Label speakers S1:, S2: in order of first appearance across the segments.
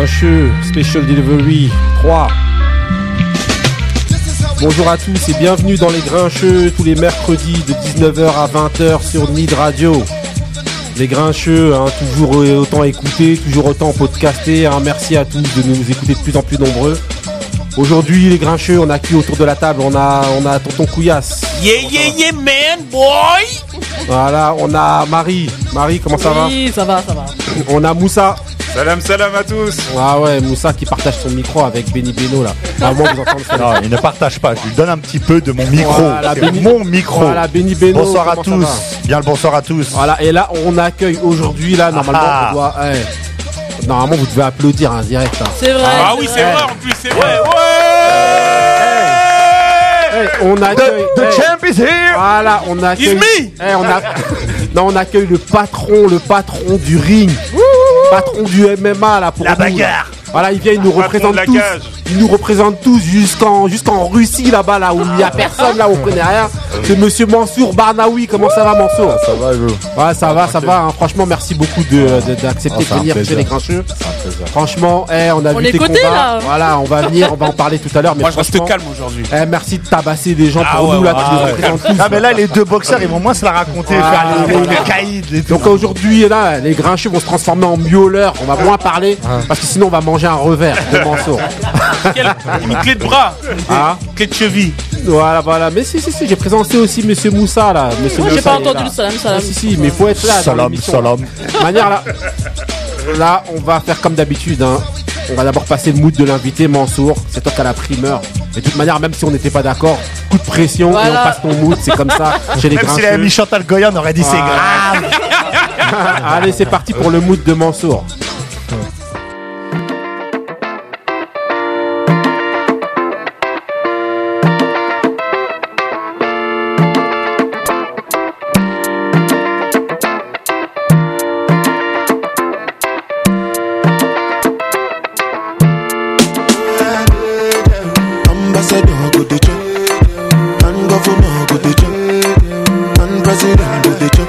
S1: messieurs, Special Delivery 3. Bonjour à tous et bienvenue dans les Grincheux tous les mercredis de 19h à 20h sur Nid Radio. Les Grincheux, hein, toujours autant écoutés, toujours autant podcastés. hein. merci à tous de nous écouter de plus en plus nombreux. Aujourd'hui, les Grincheux, on a qui autour de la table On a, on a Tonton Couillasse.
S2: Yeah, yeah, yeah, man, boy!
S1: Voilà, on a Marie. Marie, comment ça va
S3: Oui, ça va, ça va.
S1: On a Moussa.
S4: Salam salam à tous
S1: Ah ouais, Moussa qui partage son micro avec Benny Beno là. À moins que vous entendez
S5: Ah
S1: ça.
S4: Non, il ne partage pas, je lui donne un petit peu de mon micro.
S1: Voilà,
S4: C'est
S1: Benny-
S4: mon micro.
S1: Voilà, Benny Beno.
S4: bonsoir à
S1: comment ça va
S4: tous. Bien le bonsoir à tous.
S1: Voilà, et là, on accueille aujourd'hui, là, normalement,
S4: Ah.
S1: on doit. ouais. Normalement, vous devez applaudir hein, direct. hein.
S3: C'est vrai.
S2: Ah oui, c'est
S3: vrai.
S2: vrai en plus, c'est vrai!
S1: Hey, on accueille.
S4: The
S1: hey,
S4: champ is here
S1: Voilà, on accueille.
S2: It's
S1: Hey, on a... non, on accueille le patron, le patron du ring. patron du MMA, là, pour
S4: La
S1: nous, là.
S4: bagarre.
S1: Voilà, il vient, il nous
S4: Patron
S1: représente
S4: de la
S1: tous.
S4: cage.
S1: Il nous représente tous jusqu'en jusqu'en Russie, là-bas, là, où il n'y a personne, là, où on connaît rien. C'est monsieur Mansour Barnaoui. Comment ça va, Mansour
S6: Ah, Ça va, Joe
S1: Ouais, ça va, ça va. hein. Franchement, merci beaucoup de- de- d'accepter
S6: Ah, c'est
S1: de,
S6: un
S1: venir chez
S6: plaisir.
S1: les grincheux.
S6: C'est un plaisir.
S1: Franchement, eh, on a
S3: On
S1: vu
S3: est
S1: tes
S3: cotés,
S1: combats.
S3: là.
S1: Voilà, on va venir, on va en parler tout à l'heure. Mais
S2: Moi je reste
S1: franchement,
S2: calme aujourd'hui.
S1: eh, merci de tabasser des gens
S2: Ah
S1: pour
S2: ouais,
S1: nous là.
S2: ouais,
S1: tu nous
S2: ouais.
S1: représentes tous.
S4: Ah mais là les deux boxeurs ils vont moins se la raconter,
S1: Ah,
S4: faire les,
S1: voilà.
S4: les caïds, les
S1: Donc aujourd'hui là, les grincheux vont se transformer en miauleurs. On va moins parler parce que sinon on va manger un revers de Mansour.
S2: Quelle- Une clé de bras,
S1: Ah,
S2: une clé de cheville.
S1: voilà, voilà. Mais si, si, si, j'ai présenté aussi Monsieur Moussa là. Monsieur
S3: Moi, j'ai
S1: Moussa,
S3: pas
S1: il est
S3: entendu
S1: là.
S3: le salam, salam.
S1: Ah, si, si, mais faut être là. dans
S4: Salam
S1: l'émission.
S4: salam.
S1: De manière là. Là, on va faire comme d'habitude. hein. On va d'abord passer le mood de l'invité Mansour. C'est toi qui as la primeur. Et de toute manière, même si on n'était pas d'accord, coup de pression et
S3: Voilà.
S1: on passe ton mood. C'est comme ça chez les
S4: Même s'il
S1: Grincheux.
S4: avait mis Chantal Goya on aurait dit c'est
S1: Ah.
S4: grave
S1: Allez, c'est parti pour le mood de Mansour.
S7: Ambassador go the job, and governor go the job, and president go the job.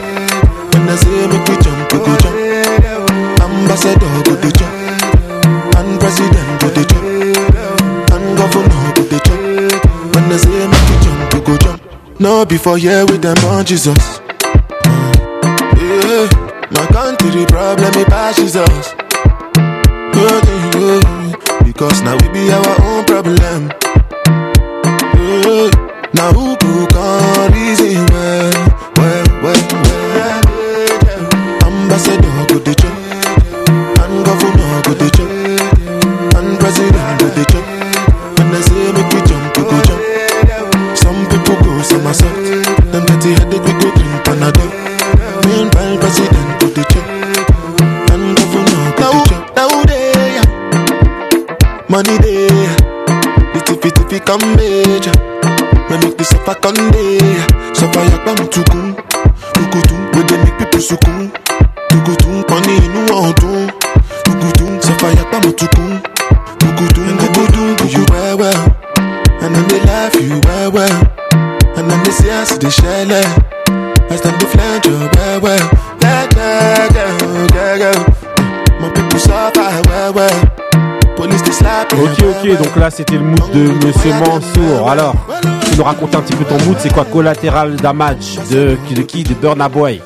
S7: When I say make you jump, we go jump. Ambassador go the job, and president go the job, and governor go the job. When I say make you jump, we go jump. No before here with them on Jesus. Yeah, my country problem it pass Jesus. Yeah, yeah, yeah. Because now we be our own problem. Yeah. Now who could come reason well, well, well, well. Ambassador go the job, and governor go the job, and president go the job. When I say make we jump, we go jump. Some people go somersault, them dirty headache we go drink Panadol. Meanwhile, president go the job, and governor go the job. Now they, money they, little bit if it come major. When make me suffer Sunday, suffer yakba mutukun, tukutun. When they make people sukun, tukutun. Money inu ọdun, tukutun. Suffer yakba mutukun, tukutun. Tukutun, do you well well, and then they laugh you well well, and then they see us they shell I stand the flange you well well, yeah yeah yeah yeah yeah. My people suffer well well, police they slap you
S1: Ok, ok, donc là c'était le mood de Monsieur Mansour. Alors, tu nous racontais un petit peu ton mood, c'est quoi collatéral damage de, de qui De Burna Boy.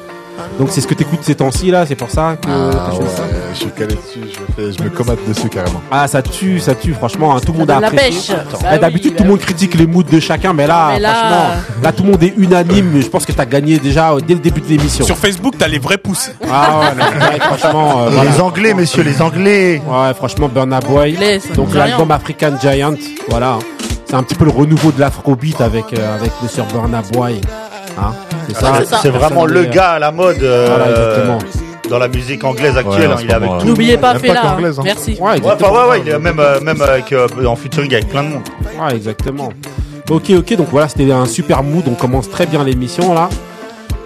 S1: Donc c'est ce que t'écoutes ces temps-ci là, c'est pour ça que
S6: Ah
S1: t'as choisi ça
S5: Euh,
S6: ouais, je suis calé dessus, je, fais, je me commate dessus carrément.
S1: Ah ça tue, ça tue, franchement, hein, tout le monde a
S3: donne la
S1: apprécié.
S3: pêche.
S1: Eh,
S3: Bah oui,
S1: D'habitude
S3: bah
S1: tout le monde
S3: oui.
S1: critique les moods de chacun, mais là,
S3: Mais là- euh,
S1: franchement, là tout le monde est unanime. Je pense que t'as gagné déjà euh, dès le début de l'émission.
S2: Sur Facebook, t'as les vrais pouces.
S1: Ah ouais, non, ouais, franchement, euh, voilà.
S4: Les anglais messieurs, les anglais
S1: Ouais, franchement, Burna Boy.
S3: Anglais, c'est un
S1: Donc
S3: giant.
S1: l'album African Giant, voilà. hein. C'est un petit peu le renouveau de l'afrobeat avec, euh, avec Monsieur Burna Boy. Hein, c'est ça.
S3: c'est ça.
S5: Ah, C'est vraiment
S1: Personne
S5: le
S4: hein.
S1: n'est-
S5: gars à la mode euh,
S1: Voilà, exactement.
S5: dans la musique anglaise
S6: Ouais,
S5: actuelle.
S6: en
S5: hein,
S6: ce
S5: il est avec
S6: moment,
S5: tout.
S6: ouais.
S5: le
S3: N'oubliez pas
S6: Même pas
S3: Fela.
S6: qu'anglaise, hein.
S3: Merci.
S1: Ouais,
S5: monde. Ouais,
S1: exactement.
S5: enfin, ouais, ouais, il est même, euh, même avec, euh, en featuring avec plein de monde.
S1: Ouais, Ah, exactement. Ok, ok, donc voilà, c'était un super mood. On commence très bien l'émission là.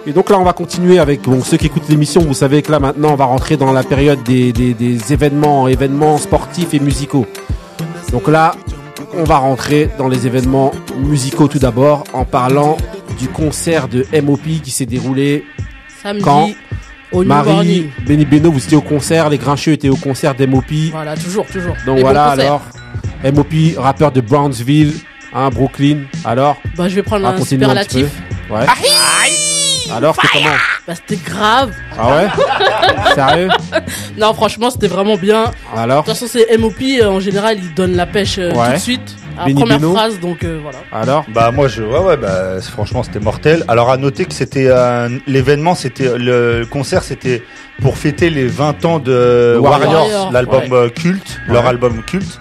S1: Et donc là, on va continuer avec bon, ceux qui écoutent l'émission. Vous savez que là, maintenant, on va rentrer dans la période des, des, des événements, événements sportifs et musicaux. Donc là, on va rentrer dans les événements musicaux tout d'abord en parlant du concert de MOP qui s'est déroulé
S3: Samedi.
S1: Quand
S3: Au New
S1: Marie,
S3: Warning.
S1: Benny Beno, vous étiez au concert, les Grincheux étaient au concert d'MOP.
S3: Voilà, toujours, toujours.
S1: Donc
S3: Les
S1: voilà,
S3: bons concerts.
S1: alors, MOP, rappeur de Brownsville, hein, Brooklyn. Alors,
S3: Bah, je vais prendre un
S1: racontez-nous un petit
S3: superlatif. Ah,
S1: peu. Ouais. Alors, c'était comment
S3: Bah, c'était grave.
S1: Ah ouais Sérieux
S3: Non, franchement, c'était vraiment bien. De
S1: Alors
S3: toute façon, c'est MOP. euh, en général, il donne la pêche euh,
S1: Ouais.
S3: tout de suite. À la
S1: Benny
S3: première
S1: Beno.
S3: phrase, donc euh, voilà.
S1: Alors
S5: Bah moi je ouais ouais bah c'est- franchement c'était mortel. Alors à noter que c'était un- l'événement c'était le concert c'était pour fêter les 20 ans de
S1: Warriors.
S5: Warriors,
S3: Warriors,
S5: l'album
S3: ouais.
S5: euh, culte, leur
S1: Ouais.
S5: album culte.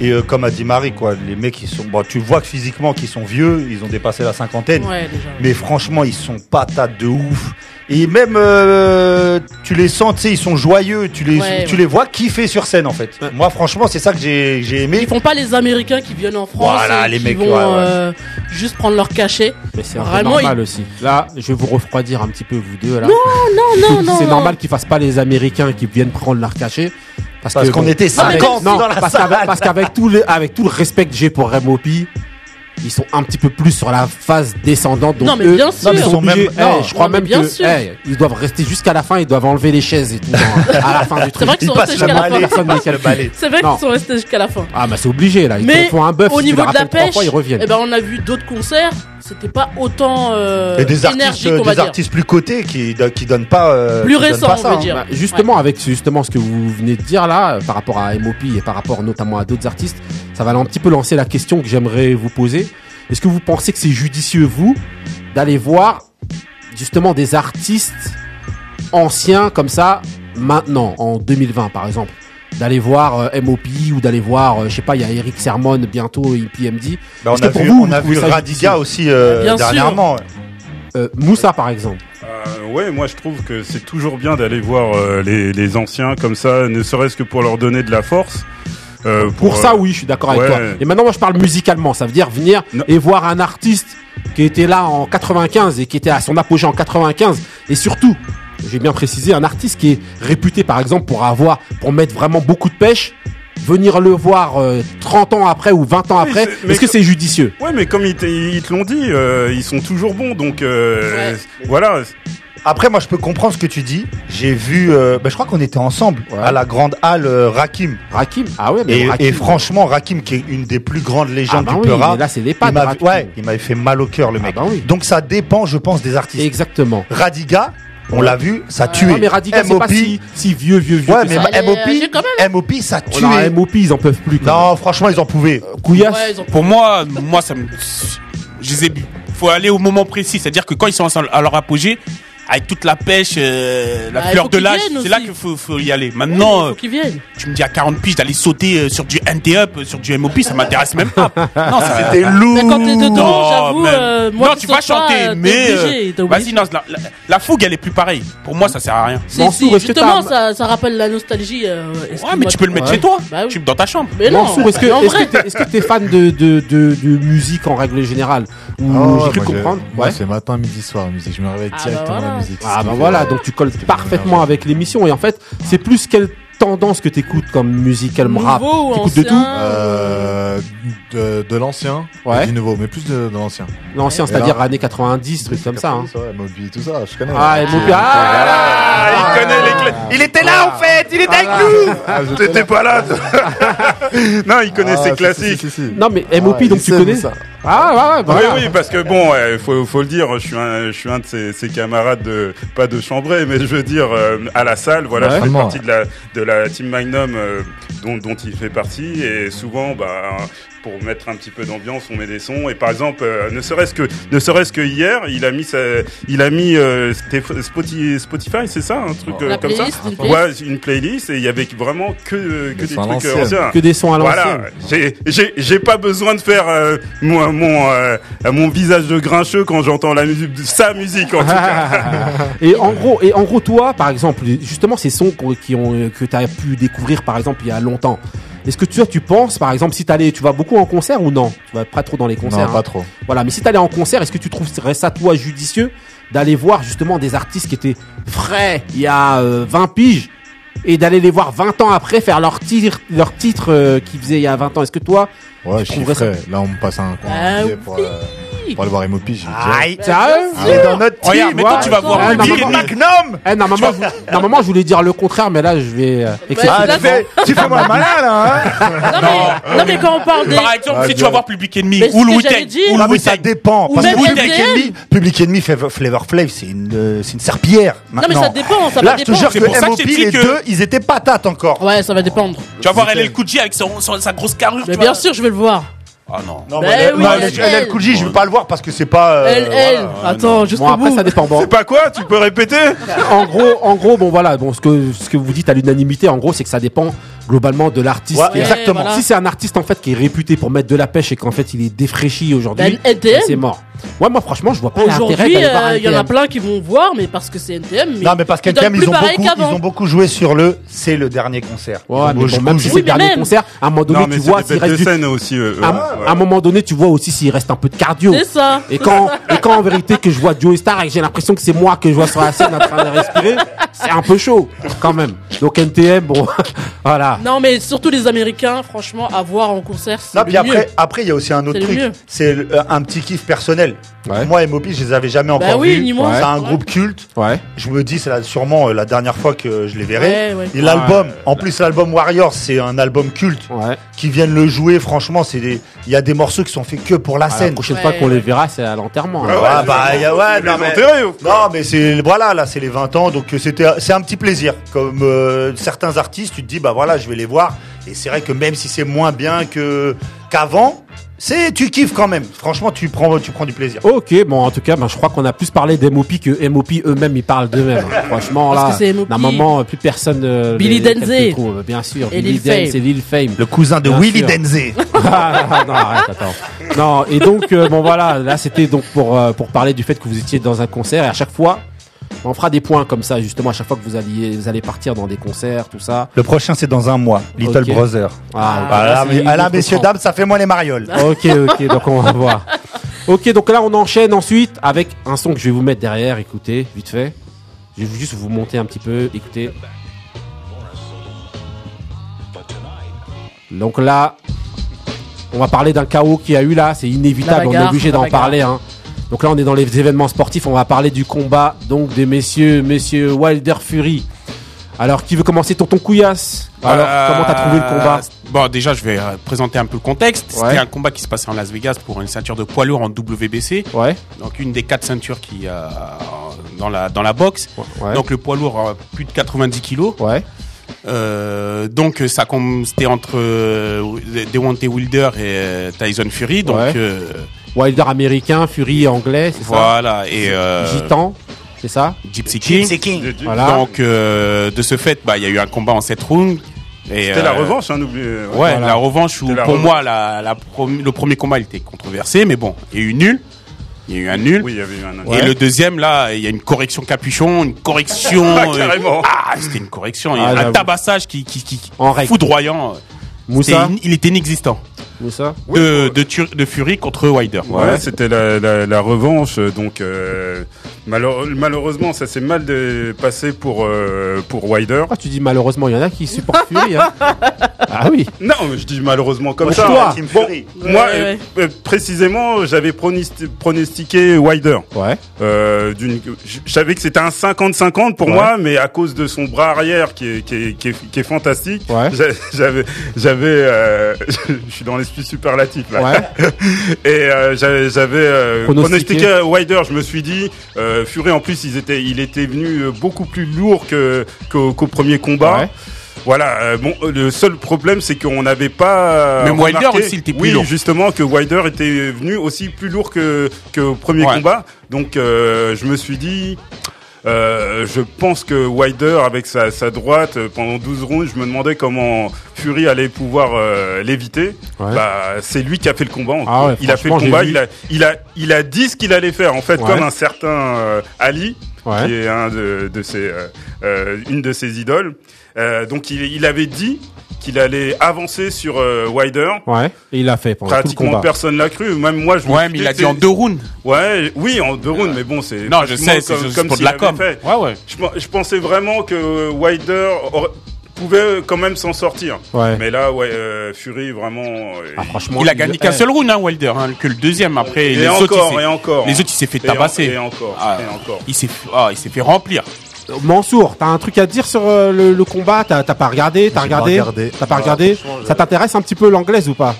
S5: Et euh, comme a dit Marie quoi, les mecs ils sont bon tu vois que physiquement qu'ils sont vieux, ils ont dépassé la cinquantaine.
S3: Ouais, déjà.
S5: Mais franchement, ils sont patates de ouf. Et même, euh, tu les sens, tu sais, ils sont joyeux. Tu les,
S3: Ouais,
S5: tu
S3: ouais.
S5: les vois kiffer sur scène, en fait. Moi, franchement, c'est ça que j'ai j'ai aimé.
S3: Ils font pas les Américains qui viennent en France.
S5: Voilà,
S3: et
S5: les
S3: qui
S5: mecs,
S3: vont,
S5: ouais, ouais.
S3: euh, juste prendre leur cachet.
S1: Mais c'est un peu
S3: Vraiment,
S1: normal aussi. Là, je vais vous refroidir un petit peu, vous deux. Là.
S3: Non, non, non.
S1: c'est
S3: non.
S1: normal qu'ils fassent pas les Américains qui viennent prendre leur cachet. Parce,
S5: Parce
S1: que,
S5: qu'on
S1: bon,
S5: était
S3: Ah, mais
S5: 50
S1: non,
S5: dans la
S1: parce
S5: salle.
S1: qu'avec, parce qu'avec tout le, avec tout le respect que j'ai pour Remopi, ils sont un petit peu plus sur la phase descendante. Donc
S3: Non, mais
S1: eux,
S3: bien sûr.
S1: ils sont
S5: sont même-
S1: obligés-
S5: non,
S1: eh, je crois
S3: non, mais
S1: même
S3: bien
S1: que,
S3: sûr.
S1: eh, ils doivent rester jusqu'à la fin, ils doivent enlever les chaises et tout, hein, à la fin du
S3: C'est
S1: truc.
S3: vrai qu'ils
S5: Ils
S3: sont
S5: passent
S3: restés
S5: le
S3: jusqu'à la fin.
S5: balai. Ils
S1: Personne ne les
S5: passent le
S1: calcule.
S5: balai.
S3: C'est vrai
S1: Non.
S3: qu'ils sont restés jusqu'à la fin.
S1: Ah, bah, c'est obligé, là. Ils
S3: Mais
S1: te font un bœuf.
S3: Au
S1: si tu les
S3: niveau de la
S1: racontes trois
S3: pêche,
S1: fois, ils reviennent.
S3: eh ben, on a vu d'autres concerts. C'était pas autant euh,
S5: Et des artistes,
S3: énergique, on va
S5: des
S3: dire.
S5: artistes plus cotés qui, don- qui donnent pas. euh,
S3: Plus
S5: qui donnent
S3: récents,
S5: pas
S3: on
S5: ça,
S3: veut
S5: hein.
S3: dire.
S1: Bah, justement, avec ce- justement ce que vous venez de dire là, euh, par rapport à MOP et par rapport notamment à d'autres artistes, ça va un petit peu lancer la question que j'aimerais vous poser. Est-ce que vous pensez que c'est judicieux, vous, d'aller voir justement des artistes anciens comme ça, maintenant, en 2020 par exemple D'aller voir euh, MOP ou d'aller voir, euh, je sais pas, il y a Eric Sermon bientôt, IPMD.
S5: Bah,
S1: Parce
S5: on a
S1: que pour
S5: vu,
S1: vous,
S5: on a
S1: vous
S5: vu
S1: trouvez ça
S5: Radiga
S1: difficile.
S5: aussi euh,
S3: Bien sûr.
S5: dernièrement.
S1: Euh, Moussa par exemple.
S8: Euh, ouais, moi je trouve que c'est toujours bien d'aller voir euh, les, les anciens comme ça, ne serait-ce que pour leur donner de la force. Euh,
S1: Pour, ça,
S8: euh,
S1: oui, je suis d'accord avec
S8: ouais.
S1: toi. Et maintenant, moi, je parle musicalement. Ça veut dire venir
S8: Non.
S1: et voir un artiste qui était là en 95 et qui était à son apogée en 95. Et surtout, j'ai bien précisé, un artiste qui est réputé, par exemple, pour avoir, pour mettre vraiment beaucoup de pêche. Venir le voir euh, 30 ans après ou 20 ans
S8: Oui,
S1: après,
S8: c'est- mais
S1: est-ce que
S8: que-
S1: c'est judicieux
S8: euh, Ouais, mais comme ils, t- ils te l'ont dit, euh, ils sont toujours bons, donc euh,
S3: Ouais.
S8: voilà.
S5: Après, moi, je peux comprendre ce que tu dis. J'ai vu, euh, bah, je crois qu'on était ensemble
S1: Ouais.
S5: à la grande halle euh, Rakim.
S1: Rakim Ah ouais, mais
S5: Et,
S1: Rakim,
S5: et franchement, Rakim, qui est une des plus grandes
S1: ah
S5: légendes
S1: bah
S5: du
S1: oui,
S5: Peura,
S1: mais là, c'est les
S5: il
S1: pattes.
S5: m'avait
S1: Rakim.
S5: ouais, il m'avait fait mal au cœur, le
S1: Ah
S5: mec.
S1: bah oui,
S5: Donc ça dépend, je pense, des artistes.
S1: exactement.
S5: Radiga, on l'a vu, ça a tué.
S1: Non, Ah, mais Radical, c'est pas
S5: M.O.P.,
S1: si, Ah, Oh si vieux, vieux, vieux.
S5: ouais,
S1: que
S5: mais
S1: ça.
S3: ça. Elle est âgée quand
S5: M.O.P., M.O.P., ça a
S1: On a
S5: tué.
S1: MOP, ils en peuvent plus. quand
S5: Non, franchement, ils en pouvaient.
S1: même. Couillasse.
S3: Ouais, ils ont-
S2: Pour moi, moi, ça me. Je les ai bu. Faut aller au moment précis. C'est-à-dire que quand ils sont ensemble à leur apogée, avec toute la pêche, euh, la
S3: Bah, il faut
S2: fleur de
S3: qu'ils
S2: l'âge,
S3: viennent
S2: c'est là
S3: aussi.
S2: qu'il faut, faut y aller.
S3: Oui,
S2: Maintenant,
S3: il
S2: euh,
S3: faut qu'ils viennent.
S2: tu me dis à 40 piges d'aller sauter euh, sur du NT Up, euh, sur du MOP, ça m'intéresse même pas. Non, ça
S5: C'était lourd.
S3: Mais quand t'es dedans,
S2: Non,
S3: j'avoue,
S2: même.
S3: euh, moi,
S2: non, tu
S3: qui sors
S2: vas
S3: pas,
S2: chanter,
S3: euh, t'es
S2: mais euh,
S3: obligé, t'es obligé.
S2: vas-y, non, la, la- la fougue, elle est plus pareille. Pour moi, ça sert à rien.
S3: Si,
S1: Mansour,
S3: si,
S1: est-ce que
S3: justement,
S1: t'as-
S3: ça, ça rappelle la nostalgie. euh,
S2: Ouais,
S3: excuse-moi.
S2: mais tu peux le mettre
S1: Ouais.
S2: chez toi.
S3: Bah oui.
S2: Tu dans ta chambre.
S3: Mais non,
S1: Mansour, est-ce que
S3: mais en
S1: est-ce
S3: vrai.
S1: que t'es- est-ce que t'es fan de, de, de, de musique en règle générale Ou
S4: Oh,
S1: j'ai cru
S6: Ah, moi, je-
S1: comprendre
S6: Moi,
S1: Ouais.
S6: c'est matin, midi, soir, musique. Je me réveille
S3: Ah, bah
S6: directement à
S3: voilà.
S6: la musique.
S1: Ah bah voilà, donc tu colles parfaitement avec l'émission et en fait, c'est plus quelle tendance que t'écoutes comme musique, quel rap
S3: Nouveau ou
S1: t'écoutes de tout
S3: ancien,
S6: Euh, de, de l'ancien,
S1: Ouais.
S6: et du nouveau, mais plus de, de l'ancien.
S1: L'ancien, c'est-à-dire années 90, trucs comme ça. Hein.
S6: Ouais, Moby, tout ça, je connais.
S1: Ah, et Mopi- ah,
S5: Ah, il connaît les clés. Il était là, en fait. Il était avec nous.
S8: T'étais pas là toi. Non, ils connaissent
S6: Ah,
S8: ces
S6: si,
S8: classiques.
S6: si, si, si, si.
S1: Non mais
S6: Ah,
S1: MOP,
S6: il
S1: donc tu
S6: sait,
S1: connais
S6: mais ça.
S1: Ah ouais, ouais, bah, voilà.
S8: Oui, oui, parce que bon, euh, faut, faut le dire, je suis un, je suis un de ses, ses camarades de pas de chambray, mais je veux dire euh, à la salle, voilà,
S6: Ouais.
S8: je fais
S6: Vraiment.
S8: partie de la de la team Magnum euh, dont, dont il fait partie et souvent, bah, pour mettre un petit peu d'ambiance, on met des sons et par exemple, euh, ne serait-ce que ne serait-ce que hier, il a mis sa, il a mis euh, Sté- Spotify, Spotify, c'est ça, un truc euh,
S3: La
S8: comme ça.
S3: playlist, une playlist.
S8: Ouais, une playlist et il y avait vraiment que euh, que
S6: Mais
S8: des
S6: c'est à
S8: trucs euh,
S6: l'ancienne.
S8: anciens.
S1: Que des sons à l'ancienne.
S8: Voilà, j'ai- j'ai j'ai pas besoin de faire euh, mon mon, euh, mon visage de grincheux quand j'entends la musique, sa musique en tout cas.
S1: et en gros, et en gros, toi, par exemple, justement, ces sons qu'on- qui ont, euh, que tu as pu découvrir, par exemple, il y a longtemps. Est-ce que tu, tu penses, par exemple, si t'allais, tu vas beaucoup en concert ou non Tu vas pas trop dans les concerts.
S6: Non,
S1: hein.
S6: pas trop.
S1: Voilà, mais si t'allais en concert, est-ce que tu trouverais ça toi judicieux d'aller voir justement des artistes qui étaient frais il y a euh, 20 piges et d'aller les voir 20 ans après faire leur, tir, leur titre euh, qu'ils faisaient il y a 20 ans Est-ce que toi,
S6: Ouais, je
S1: trouverais
S6: chiffrais. Là, on me passe un coin
S3: Ah
S6: billet pour, euh, pour aller voir Emopi. j'ai dit,
S1: Ah.
S4: Aïe,
S3: Bah,
S1: Sérieux
S4: Ah, il est dans notre
S2: Regarde,
S4: team.
S2: maintenant tu vas voir
S1: Ah,
S2: le
S1: non,
S2: billet
S1: non,
S2: Mac-
S4: Magnum
S1: euh, Eh, normalement, je, normalement, je voulais dire le contraire, mais là, je vais. euh, exception-
S4: Ah, tu
S3: Bah, Là,
S4: fais, tu fais moi le malin, là, hein
S3: Non, mais, non, mais quand on parle des.
S2: Par exemple,
S1: Ah,
S2: si tu vas voir Public Enemy
S3: Mais c'est
S2: ou
S3: ce que
S2: le
S3: j'allais
S2: Wu-Tang,
S3: dire.
S2: ou
S4: Non,
S2: le
S4: mais ça
S2: Wu-Tang.
S4: dépend.
S3: Ou
S4: Parce
S3: même
S4: que Public
S3: FDL.
S4: Enemy, Public Enemy, Flavor Flavor Flav, c'est une, euh, c'est une serpillière.
S3: Non, mais
S4: maintenant.
S3: ça dépend, ça
S4: Là,
S3: va
S4: je te
S3: dépendre.
S4: jure
S2: C'est
S4: que
S2: pour ça que
S4: MOP,
S2: j'ai dit
S4: les
S2: que-
S4: deux, ils étaient patates encore.
S3: Ouais, ça va dépendre.
S2: Tu vas voir LL Cool J avec son, son- sa grosse carrure.
S3: Mais
S2: tu
S3: bien
S2: vois.
S3: sûr, je vais le voir.
S2: Ah non.
S5: Non,
S3: Ben
S5: mais
S3: oui,
S5: non, mais
S3: LL.
S5: LL Cool J, je veux pas le voir parce que c'est pas. euh,
S3: Elle, elle. Attends, jusqu'au
S1: Bon, après,
S3: bout.
S1: ça dépend. Bon,
S8: Pas quoi Tu peux répéter
S1: en gros, en gros, bon, voilà. Bon, ce que, ce que vous dites à l'unanimité, en gros, c'est que ça dépend globalement de l'artiste.
S4: Ouais,
S1: Et-
S4: exactement.
S3: voilà.
S1: Si c'est un artiste en fait qui est réputé pour mettre de la pêche et qu'en fait il est défraîchi aujourd'hui,
S3: Ben, NTM.
S1: c'est mort. Ouais, moi franchement, je vois pas l'intérêt
S3: Aujourd'hui,
S1: d'aller voir un
S3: euh, il y en a
S1: NTM.
S3: plein qui vont voir, mais parce que c'est NTM. Mais
S4: Non, mais parce
S3: ils
S4: qu'NTM,
S3: donnent
S4: ils,
S3: plus
S4: ont
S3: pareil
S4: beaucoup- ils
S3: qu'avant.
S4: ont beaucoup joué sur le c'est le dernier concert. Ils ont
S1: Ouais, mais bon,
S4: beaucoup
S1: même si
S4: joué.
S1: c'est
S3: Oui,
S1: le
S3: mais
S1: dernier
S3: même.
S1: concert, à un moment donné,
S8: Non, mais
S1: tu
S8: c'est
S1: vois
S8: des
S1: s'il
S8: bêtes
S1: reste
S8: de
S1: du- Ah,
S8: scène aussi. euh,
S1: à,
S8: euh,
S1: à un moment donné, tu vois aussi s'il reste un peu de cardio.
S3: C'est ça.
S1: Et quand, et quand en vérité que je vois Joe Star et que j'ai l'impression que c'est moi que je vois sur la scène en train de respirer, c'est un peu chaud quand même. Donc NTM, bon, voilà.
S3: Non, mais surtout les Américains, franchement, à voir en concert, c'est
S4: Non,
S3: le
S4: puis
S3: mieux.
S4: après, après, il y a aussi un autre
S3: C'est le
S4: truc.
S3: mieux.
S4: C'est le- euh, un petit kiff personnel.
S1: Ouais.
S4: Moi, MOP, je les avais jamais
S3: Bah
S4: encore
S3: oui,
S4: vus.
S3: ni moi.
S4: C'est un
S3: Ouais.
S4: groupe culte.
S1: Ouais.
S4: Je me dis, c'est la- sûrement euh, la dernière fois que je les verrai.
S3: Ouais, ouais.
S4: Et l'album, en plus, l'album Warriors, c'est un album culte.
S1: Ouais.
S4: Qui viennent le jouer, franchement, c'est des- il y a des morceaux qui sont faits que pour la
S1: Ah, La
S4: scène.
S1: prochaine
S3: Ouais.
S1: fois qu'on les verra, c'est à l'enterrement. hein.
S4: Ouais, bah, il y a, ouais, non, mais,
S8: enterrés, au
S4: non, mais c'est, voilà, là, c'est les 20 ans, donc euh, c'était, c'est un petit plaisir. Comme euh, certains artistes, tu te dis, bah voilà, je vais les voir. Et c'est vrai que même si c'est moins bien que, qu'avant, c'est, tu kiffes quand même. Franchement, tu prends, tu prends du plaisir.
S1: Ok, bon, en tout cas, ben, je crois qu'on a plus parlé d'MOP que MOP eux-mêmes, ils parlent d'eux-mêmes. hein. Franchement,
S3: Parce
S1: là,
S3: que c'est MOP.
S1: d'un moment, plus personne. euh,
S3: Billy
S1: les- les
S3: Denzey.
S1: têtes ne trouvent, bien sûr.
S3: Et
S1: Billy
S3: Lil Fame.
S1: Denzey, c'est Lil Fame.
S4: Le cousin de
S1: Bien
S4: Willy
S1: sûr.
S4: Denzé.
S1: Ah, non, arrête, attends. Non, et donc, euh, bon, voilà, là, c'était donc pour, euh, pour parler du fait que vous étiez dans un concert et à chaque fois. On fera des points comme ça, justement, à chaque fois que vous, alliez, vous allez partir dans des concerts, tout ça.
S4: Le prochain, c'est dans un mois. Little
S1: Ok.
S4: Brother.
S1: Ah,
S4: Ah, là,
S1: c'est
S4: mais-
S1: une
S4: ah là,
S1: autre
S4: messieurs,
S1: trempe.
S4: dames, ça fait moins les marioles.
S1: Ok, ok, donc on va voir. Ok, donc là on enchaîne ensuite avec un son que je vais vous mettre derrière, écoutez, vite fait. Je vais juste vous monter un petit peu, écoutez. Donc là, on va parler d'un chaos qu'il y a eu là, c'est inévitable,
S3: La
S1: on est
S3: bagarre,
S1: obligé
S3: la
S1: d'en
S3: bagarre.
S1: parler. Hein. Donc là on est dans les événements sportifs, on va parler du combat donc des messieurs, messieurs Wilder Fury. Alors qui veut commencer Tonton Couillasse Alors
S2: Euh,
S1: comment t'as trouvé le combat
S2: Bon, déjà, je vais euh, présenter un peu le contexte.
S1: Ouais.
S2: C'était un combat qui se passait en Las Vegas pour une ceinture de poids lourd en WBC.
S1: Ouais,
S2: Donc, une des quatre ceintures qui, euh, dans, la, dans la boxe.
S1: ouais,
S2: Donc, le poids lourd, euh, plus de 90 kilos.
S1: ouais,
S2: Euh, donc euh, ça com- c'était entre euh, Deontay Wilder et euh, Tyson Fury donc
S1: Ouais.
S2: euh,
S1: Wilder américain, Fury anglais, c'est ça
S2: voilà et euh,
S1: Gitan, c'est ça
S2: Gypsy King
S4: King.
S1: Voilà.
S2: donc euh, de ce fait bah il y a eu un combat en 7 rounds et
S8: C'était la
S2: euh,
S8: revanche, hein, n'oubliez.
S2: ouais
S8: ouais.
S2: la revanche où
S8: C'était la
S2: pour
S8: revanche.
S2: moi la, la prom- le premier combat il était controversé mais bon il y a eu nul il y a eu un nul
S8: Oui, il y avait eu un.
S2: Et le deuxième, là, il y a une correction capuchon, une correction.
S8: Ah,
S2: euh,
S8: carrément.
S2: Ah, c'était une correction. Il y a
S1: Ah,
S2: un
S1: j'avoue.
S2: tabassage qui, qui, qui,
S1: En règle.
S2: foudroyant.
S1: Moussa
S2: C'était in- il était inexistant.
S1: Moussa
S2: de, de, Tur- de Fury contre Wilder.
S8: Ouais, c'était la, la, la revanche, donc euh, malheure- malheureusement ça s'est mal de- passé pour euh, pour Wilder.
S1: Pourquoi Ah, tu dis malheureusement, il y en a qui supportent Fury hein. Ah oui
S8: Non, mais je dis malheureusement comme ça.
S1: toi.
S8: Bon, moi
S3: Ouais,
S8: euh,
S3: ouais.
S8: euh, précisément, j'avais pronosti- pronostiqué Wilder.
S1: Ouais,
S8: Euh, d'une- je je savais que c'était un 50-50 pour
S1: Ouais.
S8: moi, mais à cause de son bras arrière qui est, qui est, qui est, qui est fantastique,
S1: Ouais.
S8: j'a- j'avais, j'avais, euh, je suis dans l'esprit superlatif là.
S1: ouais,
S8: Et euh, j'avais, j'avais euh,
S1: Pronostiqué.
S8: pronostiqué Wider. Je me suis dit, euh, Fury en plus, ils étaient, il était venu euh, beaucoup plus lourd que qu'au, qu'au premier combat.
S1: Ouais.
S8: Voilà. euh, bon, euh, le seul problème, c'est qu'on n'avait pas. euh,
S2: Mais Wilder
S8: remarqué-
S2: aussi, il était plus
S8: oui,
S2: lourd.
S8: justement, que Wider était venu aussi plus lourd que que au premier
S2: Ouais.
S8: combat. Donc, euh, je me suis dit. Euh, je pense que Wider, avec sa, sa droite, euh, pendant 12 rounds, je me demandais comment Fury allait pouvoir euh, l'éviter.
S1: Ouais.
S8: Bah, c'est lui qui a fait le combat. en
S1: Ah ouais,
S8: il a fait le
S1: franchement, j'ai
S8: combat,
S1: vu.
S8: il a, il, a, il a dit ce qu'il allait faire, en fait,
S1: Ouais.
S8: comme un certain euh, Ali, qui
S1: ouais.
S8: est un de, de ses, euh, euh, une de ses idoles. Euh, donc, il, il avait dit qu'il allait avancer sur euh, Wider.
S1: Ouais, et il l'a fait pendant tout le
S8: Pratiquement
S1: combat.
S8: personne l'a cru, même moi je me
S2: Ouais,
S8: suis
S2: mais il a
S8: que
S2: dit en
S8: c'est-
S2: deux rounds.
S8: Ouais, oui, en deux rounds, mais bon, c'est.
S2: Non, je
S8: pratiquement
S2: sais, c'est
S8: comme-
S2: juste
S8: comme
S2: pour de
S8: s'il
S2: la
S8: avait
S2: com.
S8: fait.
S2: Ouais, ouais.
S8: Je, pen- je pensais vraiment que Wilder aurait- pouvait euh, quand même s'en sortir.
S1: Ouais.
S8: Mais là, ouais, euh, Fury, vraiment. euh,
S1: Ah, franchement,
S2: Il a gagné qu'un
S1: eh,
S2: seul round, hein, Wilder, hein, que le deuxième. Après,
S8: et,
S2: les, autres, il
S8: encore,
S2: s'est-
S8: et encore. hein.
S2: les autres, il s'est fait
S8: Et en- Et
S2: tabasser.
S8: encore,
S2: Ah.
S8: et encore.
S2: Il s'est ah, il s'est fait remplir.
S1: Eh, Mansour, t'as un truc à dire sur euh, le, le combat T'as t'as pas regardé T'as
S6: J'ai pas
S1: regardé
S6: regardé.
S1: T'as pas
S6: Non,
S1: regardé
S6: franchement, je-
S1: Ça t'intéresse un petit peu l'anglaise ou pas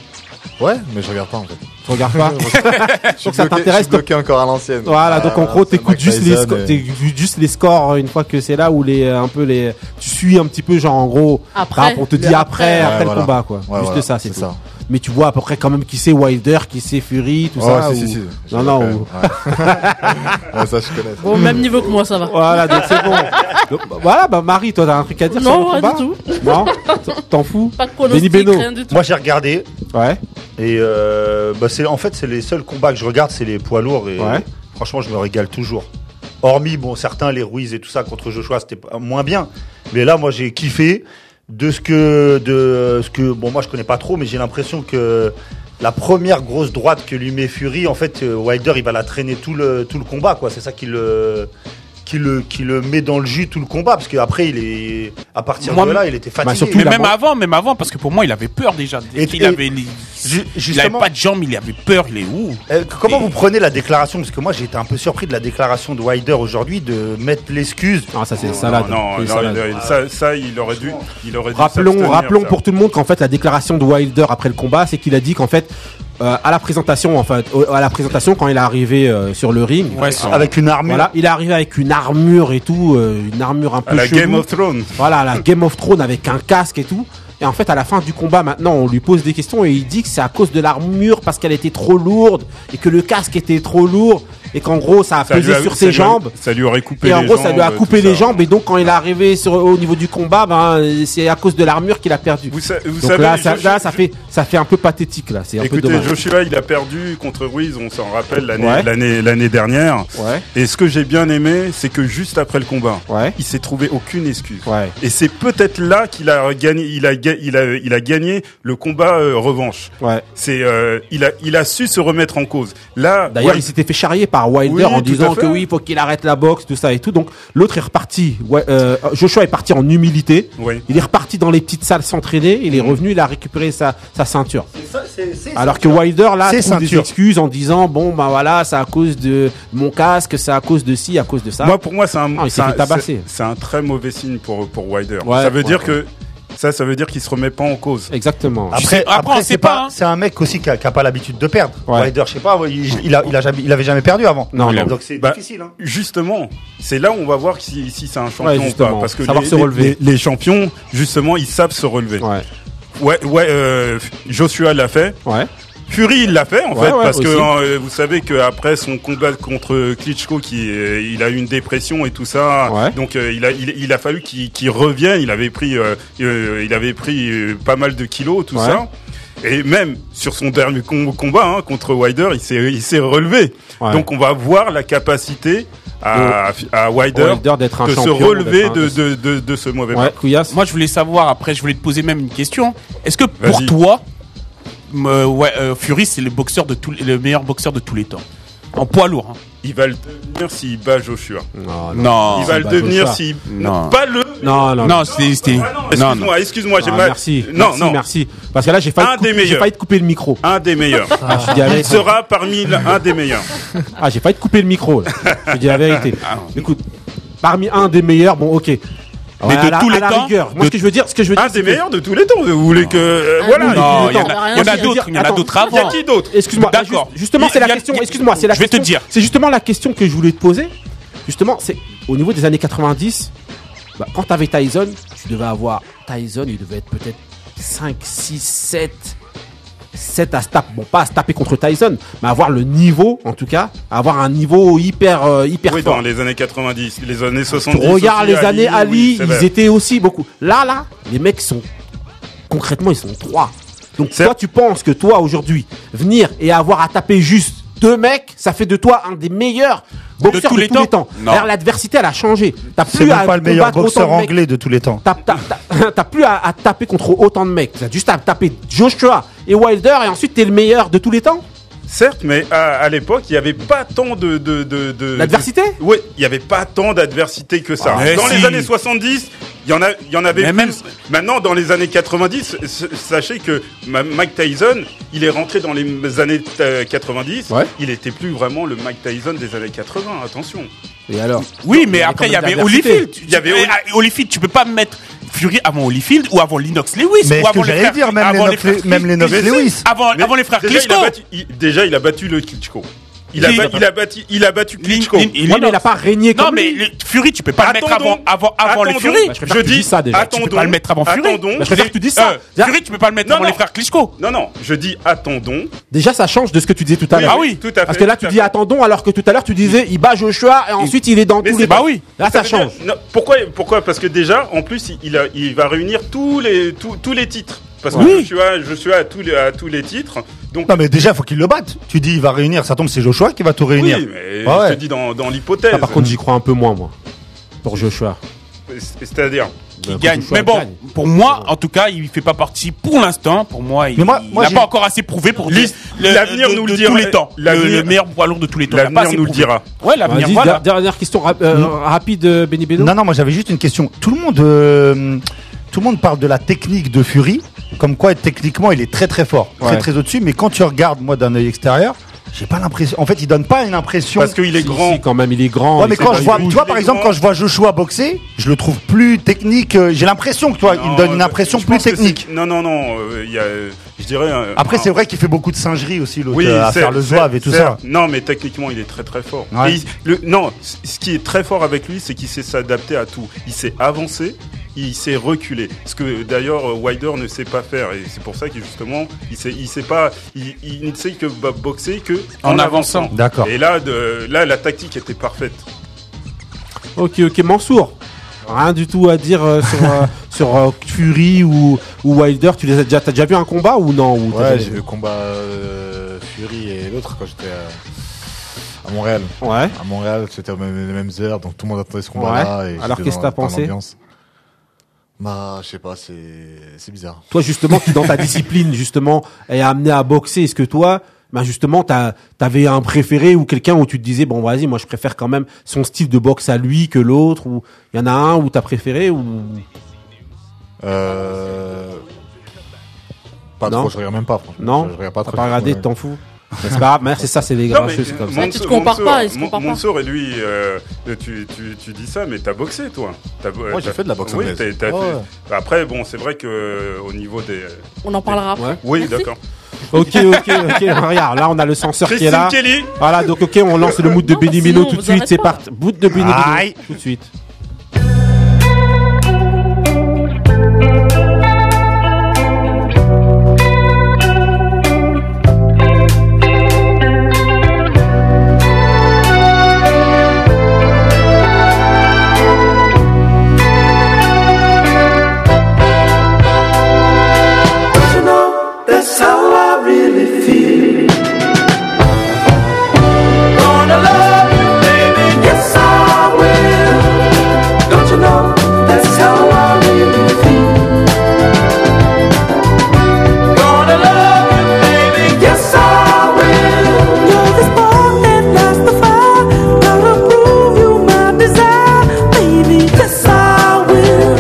S6: Ouais, mais je regarde pas en fait.
S1: Tu regardes pas
S6: Je suis
S1: que ça
S6: bloqué-
S1: t'intéresse,
S6: je suis bloqué encore à l'ancienne.
S1: Voilà, donc en
S6: Ah,
S1: gros,
S6: c'est
S1: t'écoutes
S6: Mike
S1: juste, les
S6: Tyson
S1: sco-
S6: et-
S1: t'écoutes juste les scores euh, une fois que c'est là où les euh, un peu les tu suis un petit peu genre en gros
S3: Après.
S1: on te dit
S3: Le
S1: après
S3: après.
S1: après
S6: Ouais,
S1: le
S6: voilà.
S1: combat quoi.
S6: Ouais,
S1: juste
S6: voilà,
S1: ça, c'est
S6: c'est
S1: tout.
S6: ça.
S1: Mais tu vois à peu près quand même qui c'est Wilder, qui c'est Fury, tout
S6: Oh,
S1: ça.
S6: si,
S1: ou-
S6: si, si. Je
S1: Non
S6: l'ai
S1: non.
S6: quand
S1: ou-
S6: même, ouais. Ouais, ça, je connais. ça.
S3: Au même niveau que moi, ça va.
S1: Voilà, donc c'est bon. Donc, bah, voilà, bah Marie, toi t'as un truc à dire
S3: Non,
S1: sur le
S3: rien
S1: combat
S3: du tout.
S1: Non, t'en fous
S3: Pas de pronostic,
S1: Benny Beno.
S3: rien du tout.
S4: Moi, j'ai regardé.
S1: Ouais.
S4: Et euh, bah, c'est, en fait, c'est les seuls combats que je regarde, c'est les poids lourds. Et
S1: Ouais.
S4: franchement, je me régale toujours. Hormis, bon, certains, les Ruiz et tout ça, contre Joshua, c'était pas- moins bien. Mais là, moi, j'ai kiffé de ce que, de ce que, bon, moi, je connais pas trop, mais j'ai l'impression que la première grosse droite que lui met Fury, en fait, euh, Wilder, il va la traîner tout le, tout le combat, quoi. C'est ça qui le, qui le, qui le met dans le jus tout le combat, parce qu'après, il est, à partir
S2: Moi,
S4: de là, il était fatigué.
S1: surtout,
S2: Mais bah,
S1: Il a
S2: même
S1: man-
S2: avant, même avant, parce que pour moi, il avait peur déjà.
S4: Et-
S2: il
S4: et-
S2: avait, les-
S4: Ju-
S2: il avait
S4: justement-
S2: pas de jambes, il avait peur, il est où
S4: Euh, que- comment
S2: Et-
S4: vous prenez la déclaration Parce que moi j'ai été un peu surpris de la déclaration de Wilder aujourd'hui de mettre l'excuse.
S1: Ah ça c'est
S8: Non,
S1: salade.
S8: Non,
S1: C'est
S8: non,
S1: salade.
S8: il- il- ça, ça, il aurait dû. Il aurait dû
S1: Rappelons,
S8: s'abstenir,
S1: rappelons
S8: ça.
S1: pour tout le monde qu'en fait la déclaration de Wilder après le combat, c'est qu'il a dit qu'en fait euh, à la présentation, en fait, au- à la présentation quand il est arrivé euh, sur le ring,
S2: Ouais, sans-
S4: Avec une armure.
S1: voilà, il est arrivé avec une armure et tout, euh, une armure un
S8: À
S1: peu
S8: la
S1: chelou.
S8: Game of Thrones.
S1: Voilà, à la Game of Thrones avec un casque et tout. Et en fait, à la fin du combat, maintenant, on lui pose des questions et il dit que c'est à cause de l'armure parce qu'elle était trop lourde et que le casque était trop lourd et qu'en gros, ça a
S8: Ça
S1: pesé
S8: lui a-
S1: sur
S8: ça
S1: ses
S8: lui a-
S1: jambes.
S8: Ça lui aurait coupé
S1: Et en
S8: les
S1: gros, ça lui a
S8: jambes,
S1: coupé
S8: tout
S1: les
S8: ça.
S1: jambes et donc quand il est arrivé sur, au niveau du combat, ben, euh, c'est à cause de l'armure qu'il a perdu.
S8: Vous, sa- vous
S1: Donc
S8: savez,
S1: là,
S8: je-
S1: ça,
S8: je-
S1: là, ça fait ça fait un peu pathétique là, c'est un peu
S8: Écoutez,
S1: dommage.
S8: Joshua, il a perdu contre Ruiz, on s'en rappelle l'année
S1: Ouais.
S8: l'année l'année dernière.
S1: Ouais,
S8: Et ce que j'ai bien aimé, c'est que juste après le combat,
S1: ouais,
S8: il s'est trouvé aucune excuse.
S1: ouais.
S8: Et c'est peut-être là qu'il a gagné, il a, ga- il a, il a gagné le combat euh, revanche.
S1: Ouais.
S8: C'est, euh, il a, il a su se remettre en cause. Là,
S1: D'ailleurs,
S8: Wild-
S1: il s'était fait charrier par Wilder
S8: Oui,
S1: en
S8: tout
S1: disant
S8: à fait.
S1: que oui, il faut qu'il arrête la boxe, tout ça et tout. Donc l'autre est reparti. Ouais, euh, Joshua est parti en humilité.
S8: Ouais.
S1: Il est reparti dans les petites salles s'entraîner. Il est
S8: Mhm.
S1: revenu, il a récupéré sa, sa ceinture. Alors que Wilder là
S4: C'est
S1: trouve des
S4: ceinture.
S1: excuses en disant bon bah voilà, c'est à cause de mon casque, c'est à cause de ci, à cause de ça.
S8: Moi, pour moi, c'est un,
S1: Ah, il s'est
S8: c'est un-
S1: fait tabasser.
S8: c'est- c'est un très mauvais signe pour pour Wilder.
S1: Ouais,
S8: ça veut
S1: ouais,
S8: dire
S1: ouais.
S8: que ça, ça veut dire qu'il se remet pas en cause.
S1: Exactement.
S8: Ah.
S2: sais- après, on sait
S4: c'est
S2: pas, hein.
S4: C'est un mec aussi qui a, qui a pas l'habitude de perdre.
S1: Ouais.
S4: Wilder, je sais pas, il, il a, il a jamais, il avait jamais perdu avant.
S1: Non, non.
S4: Donc c'est
S8: Bah,
S4: difficile. hein.
S8: Justement, c'est là où on va voir si, si c'est un
S1: Ouais,
S8: champion ou
S1: justement.
S8: pas. Parce que
S1: Savoir
S8: les,
S1: se
S8: les-
S1: relever.
S8: les- les champions, justement, ils savent se relever.
S1: Ouais,
S8: Ouais, ouais. euh, Joshua l'a fait.
S1: ouais.
S8: Fury, il l'a fait en
S1: Ouais,
S8: fait
S1: ouais,
S8: parce que
S1: aussi.
S8: euh, vous savez qu'après son combat contre Klitschko, qui euh, il a eu une dépression et tout ça,
S1: Ouais.
S8: donc euh, il a il, il a fallu qu'il qu'il revienne. Il avait pris euh, euh, il avait pris euh, pas mal de kilos tout
S1: Ouais.
S8: ça. Et même sur son dernier com- combat hein, contre Wilder, il s'est il s'est relevé.
S1: Ouais.
S8: Donc on va voir la capacité à, à Wilder
S1: Wilder d'être un
S8: de se
S1: champion.
S8: relever
S1: d'être un-
S8: de, de, de, de ce mauvais
S1: Ouais,
S8: match.
S1: Couillasse.
S2: Moi, je voulais savoir, après, je voulais te poser même une question. Est-ce que pour
S8: Vas-y.
S2: toi, m- euh, ouais, euh, Fury, c'est le, boxeur de tous les- le meilleur boxeur de tous les temps En poids lourd. hein.
S8: Il va le devenir s'il bat Joshua.
S1: Non, non.
S2: Non.
S8: il va le
S1: bat
S8: devenir
S1: Joshua.
S8: s'il
S2: Non.
S8: pas le
S1: Non, non, non.
S2: Non, c'était. c'était-
S8: Ah non,
S2: non, non.
S8: excuse-moi, excuse-moi, j'ai
S1: Ah,
S8: mal.
S1: merci.
S8: Non,
S1: merci,
S8: non,
S1: merci. Parce que là, j'ai
S8: Un
S1: failli,
S8: des
S1: couper- j'ai
S8: meilleurs.
S1: failli te couper le micro.
S8: un des meilleurs.
S1: Ah, je te dis la
S8: Il
S1: vérité.
S8: sera parmi l- un des meilleurs.
S1: Ah, j'ai failli te couper le micro. là. Je te dis la vérité. Écoute, parmi un des meilleurs, bon, ok. Ouais,
S2: de
S1: à la-
S2: tous
S1: à
S2: les
S1: la
S2: temps,
S1: rigueur. Moi,
S2: de-
S1: ce que je veux dire, ce que je veux dire,
S8: Un
S1: c'est
S8: des
S1: que-
S8: meilleurs de tous les temps. Vous voulez que euh,
S3: Ah.
S8: voilà.
S2: Non, il y en
S3: Attends,
S2: a,
S3: rien
S2: il y en a
S3: dire.
S2: d'autres. Il y en a
S1: Attends.
S2: d'autres
S8: Il y a
S2: avant.
S8: qui d'autre
S1: Excuse-moi. là,
S2: D'accord.
S1: juste- justement,
S2: Il y
S1: c'est la
S2: a-
S1: question.
S2: il y a-
S1: Excuse-moi, c'est la
S2: Je vais te
S1: question-
S2: dire.
S1: C'est justement la question que je voulais te poser. Justement, c'est au niveau des années 90. Bah, quand t'avais Tyson, tu devais avoir Tyson. Il devait être peut-être 5, 6, 7 7 à se taper, bon pas à se taper contre Tyson, mais avoir le niveau en tout cas, avoir un niveau hyper euh, hyper
S8: Oui,
S1: fort.
S8: dans les années 90, les années
S1: Tu
S8: 70.
S1: regardes
S8: aussi,
S1: les années
S8: oui,
S1: Ali,
S8: c'est
S1: ils
S8: vrai.
S1: étaient aussi beaucoup. Là, là, les mecs sont. Concrètement, ils sont trois. Donc,
S8: C'est-
S1: toi, tu penses que toi, aujourd'hui, venir et avoir à taper juste deux mecs, ça fait de toi un des meilleurs boxeurs de tous les, temps.
S2: Non.
S1: Alors, L'adversité, elle a changé. T'as
S4: C'est
S1: plus à
S4: même pas le meilleur
S1: combattre
S4: boxeur
S1: autant de mecs.
S4: anglais de tous les temps.
S1: T'as- t'as- t'as- T'as plus à, à taper contre autant de mecs. T'as juste à taper Joshua et Wilder et ensuite t'es le meilleur de tous les temps.
S8: Certes, mais à, à l'époque, il n'y avait pas tant de de de, de
S1: L'adversité
S8: Oui, il n'y avait pas tant d'adversité que ça.
S2: Ah, mais
S8: dans
S2: si.
S8: les années 70, Il y en a, il y en avait
S2: Mais
S8: plus.
S2: même-
S8: Maintenant, dans les années 90, s- sachez que Ma- Mike Tyson, il est rentré dans les années euh, 90.
S1: Ouais.
S8: Il était plus vraiment le Mike Tyson des années 80. Attention.
S1: Et alors
S2: Oui, mais
S1: a
S2: après,
S1: quand
S2: il y
S1: même
S2: avait
S1: d'adversité.
S2: Holyfield. Tu-
S8: Il y avait
S2: mais,
S8: Holy-
S2: ah, Holyfield, tu peux pas mettre Fury avant Holyfield ou avant Lennox Lewis.
S5: Mais
S2: ou
S5: ce
S2: avant
S5: que j'allais
S2: frères-
S5: dire, même
S2: avant
S5: Lennox
S2: frères
S5: Le- même Lennox
S2: Mais si,
S5: Lewis.
S2: Avant,
S8: Mais
S2: avant les frères
S8: déjà, il a
S2: Klitschko.
S8: battu- il- déjà, il a battu le Klitschko. Il a,
S2: Qui
S8: ba- il a battu, il a battu
S2: Lin-
S8: Klitschko.
S2: Lin- Lin-
S1: Ouais, mais il a pas régné
S2: Non,
S1: comme
S2: mais
S1: lui.
S2: le- Fury, tu peux pas le mettre avant,
S8: Attendons.
S2: avant, avant les
S8: Attendons.
S2: Fury.
S1: Bah, je
S8: je,
S1: préfère que tu
S8: dis,
S1: dis ça, déjà.
S8: attendons.
S2: Tu peux pas le mettre avant Fury.
S8: Attendons.
S1: Bah, je préfère que tu dises ça.
S8: Euh,
S1: Déjà-
S2: Fury, tu peux pas le mettre
S8: Non,
S2: avant
S8: non.
S2: les frères Klitschko.
S8: non, non, je dis attendons.
S1: Déjà, ça change de ce que tu disais tout à
S8: Oui,
S1: l'heure.
S2: Ah oui.
S8: tout à fait.
S1: Parce que là, tu
S8: tout à
S1: dis
S8: fait.
S1: attendons, alors que tout à l'heure, tu disais il bat Joshua et ensuite il est dans
S8: Mais
S1: tous
S8: c'est-
S1: les.
S8: bah
S2: oui.
S5: ah,
S1: Là, ça
S8: veut dire-
S1: change.
S8: non, pourquoi, pourquoi Parce que déjà, en plus, il- il, a- il va réunir tous les, tous, tous les titres. Parce que
S1: Oui.
S8: je suis, à, je suis à, tous les, à tous les titres. Donc,
S5: Non, mais déjà, faut qu'il le batte. Tu dis, il va réunir. Ça tombe, c'est Joshua qui va tout
S8: oui,
S5: réunir.
S8: mais
S5: Ah ouais.
S8: je te dis dans, dans l'hypothèse.
S1: Ah, par contre, j'y crois un peu moins, moi. Pour Joshua.
S8: C'est-à-dire.
S1: Bah,
S2: Euh, Il gagne.
S1: Joshua
S2: Mais bon,
S1: gagne.
S2: pour moi, en tout cas, il fait pas partie pour l'instant. Pour moi, il
S5: Mais moi- moi,
S2: n'a
S5: j'ai-
S2: pas encore assez prouvé pour dire
S8: Liste- l'avenir
S2: de-
S8: nous
S2: de
S8: le dira.
S2: tous les temps. Le,
S8: L'avenir-
S2: le meilleur poids lourd de tous les temps. Il a pas
S8: L'avenir
S2: assez
S8: nous le
S2: prouvé.
S8: dira.
S2: Ouais, l'avender
S1: Vas-y,
S2: voilà.
S1: der- Dernière question rap- euh,
S5: Mm.
S1: rapide, euh, Benny Beno.
S5: Non, non, moi j'avais juste une question. Tout le monde, euh, tout le monde parle de la technique de Fury, comme quoi techniquement il est très très fort,
S1: Ouais.
S5: très très au-dessus. Mais quand tu regardes moi d'un œil extérieur, j'ai pas l'impression. En fait, il donne pas une impression.
S8: Parce qu'il est
S1: Si,
S8: grand.
S1: si, quand même, il est grand.
S5: Ouais,
S1: il
S5: mais
S1: sait
S5: quand
S1: pas
S5: je
S1: où
S5: vois,
S1: il
S5: tu
S1: bouge.
S5: vois,
S8: il
S5: par
S8: est
S5: exemple,
S8: grand.
S5: quand je vois Joshua boxer, je le trouve plus technique. euh, J'ai l'impression que toi, il me
S8: Non,
S5: donne une
S8: euh,
S5: impression
S8: je
S5: plus
S8: pense que
S5: technique.
S8: c'est- Non, non, non. euh, il y a, euh, je dirais. euh,
S5: Après,
S8: un-
S5: c'est vrai qu'il fait beaucoup de singeries aussi, l'autre,
S8: Oui,
S5: euh, à
S8: c'est-
S5: faire le
S8: c'est-
S5: zouave et tout
S8: c'est-
S5: ça.
S8: Non, mais techniquement, il est très très fort.
S5: Ouais.
S8: Et il- le, non, c- ce qui est très fort avec lui, c'est qu'il sait s'adapter à tout. Il sait avancer, il sait reculer. Ce que d'ailleurs euh, Wilder ne sait pas faire, et c'est pour ça qu'il justement, il sait, il sait pas, il, il ne sait que bah, boxer que
S2: En avançant.
S5: D'accord.
S8: Et là, de, là, la tactique était parfaite.
S1: Ok, ok, Mansour. Rien du tout à dire euh, sur, euh, sur euh, Fury ou, ou Wilder. Tu les as déjà, t'as déjà vu un combat ou non ou t'as
S6: Ouais,
S1: jamais
S6: j'ai vu le combat euh, Fury et l'autre quand j'étais euh, à Montréal.
S1: Ouais.
S6: À Montréal, c'était aux mêmes- les mêmes heures, donc tout le monde attendait ce combat-là.
S1: Ouais.
S6: et
S1: Alors,
S6: j'étais
S1: qu'est-ce que
S6: dans-
S1: t'as
S6: dans
S1: pensé
S6: l'ambiance. Bah, je sais pas, c'est c'est bizarre.
S1: Toi, justement, qui dans ta discipline, justement, est amené à boxer, est-ce que toi, bah justement, t'as- t'avais un préféré ou quelqu'un où tu te disais, bon, vas-y, moi, je préfère quand même son style de boxe à lui que l'autre ou il y en a un où t'as préféré ou
S6: Euh... Pas
S1: Non.
S6: trop, je regarde même pas, franchement.
S1: non
S6: Je regarde pas
S1: T'as
S6: trop.
S1: pas regardé, t'en fous. Mais C'est pas grave, mais c'est ça, c'est des
S8: Non, mais,
S1: grincheux, c'est comme ça.
S8: Mansour-
S3: Tu te compares
S8: Mansour-
S3: pas, il se
S8: Mon-
S3: compare pas.
S8: Mansour et lui, euh, tu, tu, tu dis ça, mais t'as boxé, toi. T'as bo-
S6: Moi, j'ai
S8: t'as-
S6: fait de la boxe
S8: Oui,
S6: anglaise.
S8: t'as- t'as
S6: Ouais,
S8: fait-
S6: ouais.
S8: Après, bon, c'est vrai que euh, au niveau des.
S3: On en parlera après.
S1: Ouais.
S8: Oui,
S3: Merci.
S8: d'accord.
S1: Ok, ok, ok. Regarde, là, on a le censeur qui est
S8: Christine
S1: là.
S8: Kelly.
S1: Voilà, donc ok, on lance le mood de
S3: Non, bah,
S1: Benny
S3: sinon,
S1: Beno tout
S3: on
S1: de
S3: vous
S1: suite,
S3: arrête
S1: c'est
S3: pas.
S1: parti. Mood de Benny Beno,
S5: Aïe.
S1: tout de suite.
S9: That's how I really feel. Gonna love you, baby. Yes, I will. Don't you know? That's how I really feel. Gonna love you, baby. Yes, I will. You're the spark that lights the fire. Gonna prove you my desire, baby. Yes, I will.